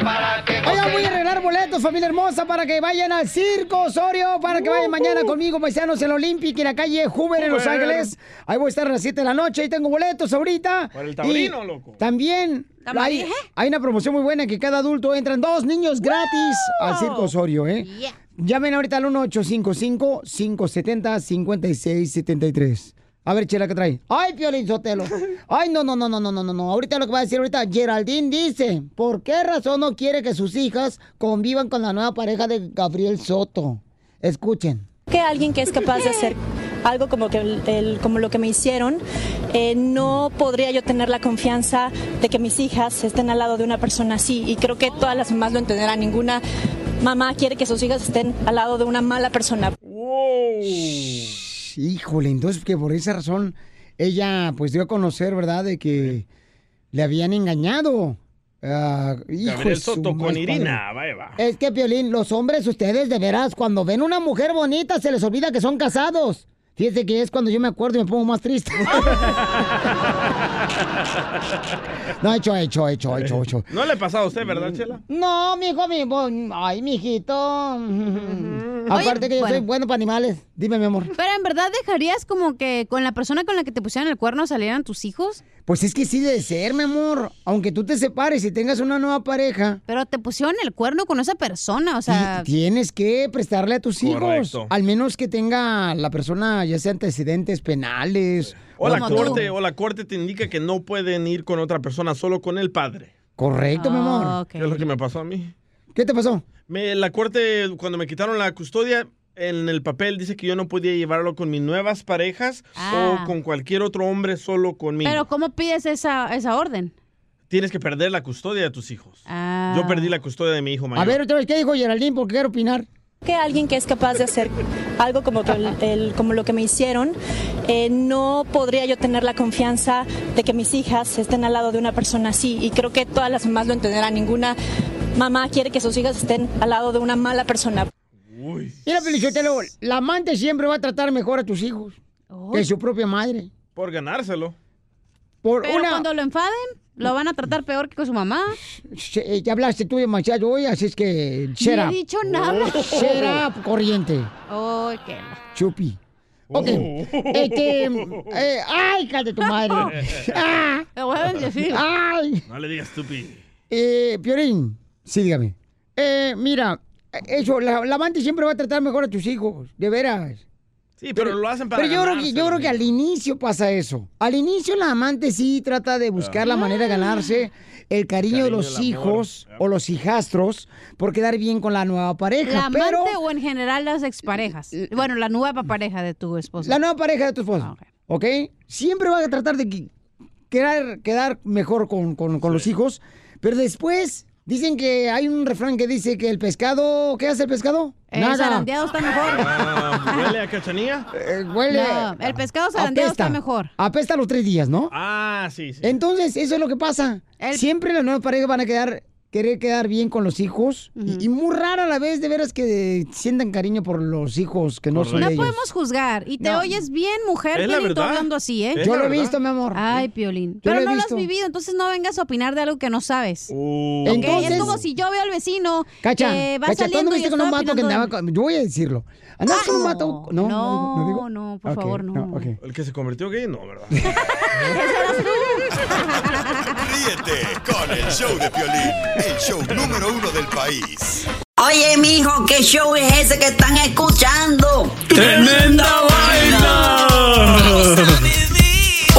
Para que
Oigan, voy a arreglar boletos, familia hermosa, para que vayan al Circo Osorio, para que vayan mañana conmigo, paisanos, en el Olympic, en la calle Hoover, en Los
Hoover.
Ángeles. Ahí voy a estar a las 7 de la noche, ahí tengo boletos ahorita.
Para el taurino,
Y
loco.
También hay,
¿Tamarije?
hay una promoción muy buena que cada adulto entran dos niños gratis al Circo Osorio, ¿eh? Llamen ahorita al 1855-570-5673. A ver, Chela, ¿qué trae? Ay, Piolín Sotelo. Ay, no, no, no, no, no, no, no, no. Ahorita lo que va a decir ahorita, Geraldine dice, ¿por qué razón no quiere que sus hijas convivan con la nueva pareja de Gabriel Soto? Escuchen.
que alguien que es capaz de hacer algo como, que el- el- como lo que me hicieron, eh, no podría yo tener la confianza de que mis hijas estén al lado de una persona así. Y creo que todas las mamás lo entenderán. Ninguna mamá quiere que sus hijas estén al lado de una mala persona.
Shh, Híjole, entonces que por esa razón ella pues dio a conocer, ¿verdad? De que le habían engañado. Ah, hijo de
Gabriel
su
Soto con
madre,
Irina,
padre.
va, va.
Es que, Piolín, los hombres, ustedes de veras, cuando ven una mujer bonita, se les olvida que son casados. Fíjense que es cuando yo me acuerdo y me pongo más triste. no, hecho, hecho, hecho, hecho, hecho.
No le ha pasado a usted,
Mm.
¿verdad, Chela?
No, mijo, mi, bo- ay, mijito. Aparte que yo
bueno.
soy bueno para animales. Dime, mi amor.
Pero en verdad dejarías como que con la persona con la que te pusieron el cuerno salieran tus hijos.
Pues es que sí debe ser, mi amor. Aunque tú te separes y tengas una nueva pareja.
Pero te pusieron el cuerno con esa persona, o sea.
Tienes que prestarle a tus hijos.
Correcto.
Al menos que tenga la persona ya sea antecedentes penales.
O la,
Como tú.
corte, o la corte te indica que no pueden ir con otra persona, solo con el padre.
Correcto, mi
Ah,
amor.
¿Qué es lo que me pasó a mí?
¿Qué te pasó?
Me- la corte, cuando me quitaron la custodia, en el papel dice que yo no podía llevarlo con mis nuevas parejas
Ah.
o con cualquier otro hombre solo conmigo.
Pero ¿cómo pides esa, esa orden?
Tienes que perder la custodia de tus hijos.
Ah.
Yo perdí la custodia de mi hijo mayor.
A ver, otra vez, ¿qué dijo Geraldine? Porque quiero opinar.
Que alguien que es capaz de hacer algo como, que el- el- como lo que me hicieron, eh, no podría yo tener la confianza de que mis hijas estén al lado de una persona así. Y creo que todas las mamás lo entenderán. Ninguna mamá quiere que sus hijas estén al lado de una mala persona.
Mira, Felicitelo, la amante siempre va a tratar mejor a tus hijos que su propia madre.
Por ganárselo.
Por
Pero
una...
cuando lo enfaden, lo van a tratar peor que con su mamá.
Se- eh, Ya hablaste tú demasiado hoy, así es que...
Ni he
Será.
dicho nada.
Será corriente.
Ay, qué la-
Chupi. Ok.
Oh.
Este. eh, ¡Ay, cállate tu madre! ¡Ah!
Te voy a bendecir.
¡Ay!
No le digas estúpido.
Eh, Piorín, sí, dígame. Eh, mira, eso, la, la amante siempre va a tratar mejor a tus hijos, de veras.
Sí, pero lo hacen para
Pero yo creo, que,
ganárselo,
yo creo que al inicio pasa eso. Al inicio la amante sí trata de buscar la manera de ganarse el cariño, de los
el amor.
hijos o los hijastros por quedar bien con la nueva pareja.
¿La amante
pero
o en general las exparejas? Bueno, la nueva pareja de tu esposo.
La nueva pareja de tu
Ah,
esposo. ¿Ok? Siempre va a tratar de que- quedar, quedar mejor con, con- con los hijos. Pero después dicen que hay un refrán que dice que el pescado. ¿Qué hace el pescado?
El zarandeado está mejor.
Ah, ¿Huele a cachanilla?
Eh, huele-
No, el pescado zarandeado está
Apesta.
mejor.
Apesta los tres días, ¿no?
Ah, sí, sí.
Entonces, eso es lo que pasa. Siempre las nuevas parejas van a quedar querer quedar bien con los hijos y, y muy rara a la vez de veras que sientan cariño por los hijos que no son
No
de ellos.
podemos juzgar. Y te
No.
oyes bien, mujer,
Es la
Piolín, tú
verdad.
hablando así, ¿eh?
Es Yo la lo he verdad. visto, mi amor.
Ay, Piolín.
Yo lo
Pero
he
no lo
visto.
has vivido, entonces no vengas a opinar de algo que no sabes.
Uh.
¿Ok?
Entonces-
es como si yo veo al vecino
Cacha,
que va
cacha, ¿tú
saliendo
no
y
viste con un
estaba
vato que
opinando de
andaba
mí.
con- Yo voy a decirlo. ¿Andabas con un vato? No, no, no, digo.
no, por
Ok,
favor, no.
ok.
El que se convirtió gay, no, ¿verdad?
Ríete con el show de Piolín, el show número uno del país.
Oye, mijo, ¿qué show es ese que están escuchando?
¡Tremenda vaina!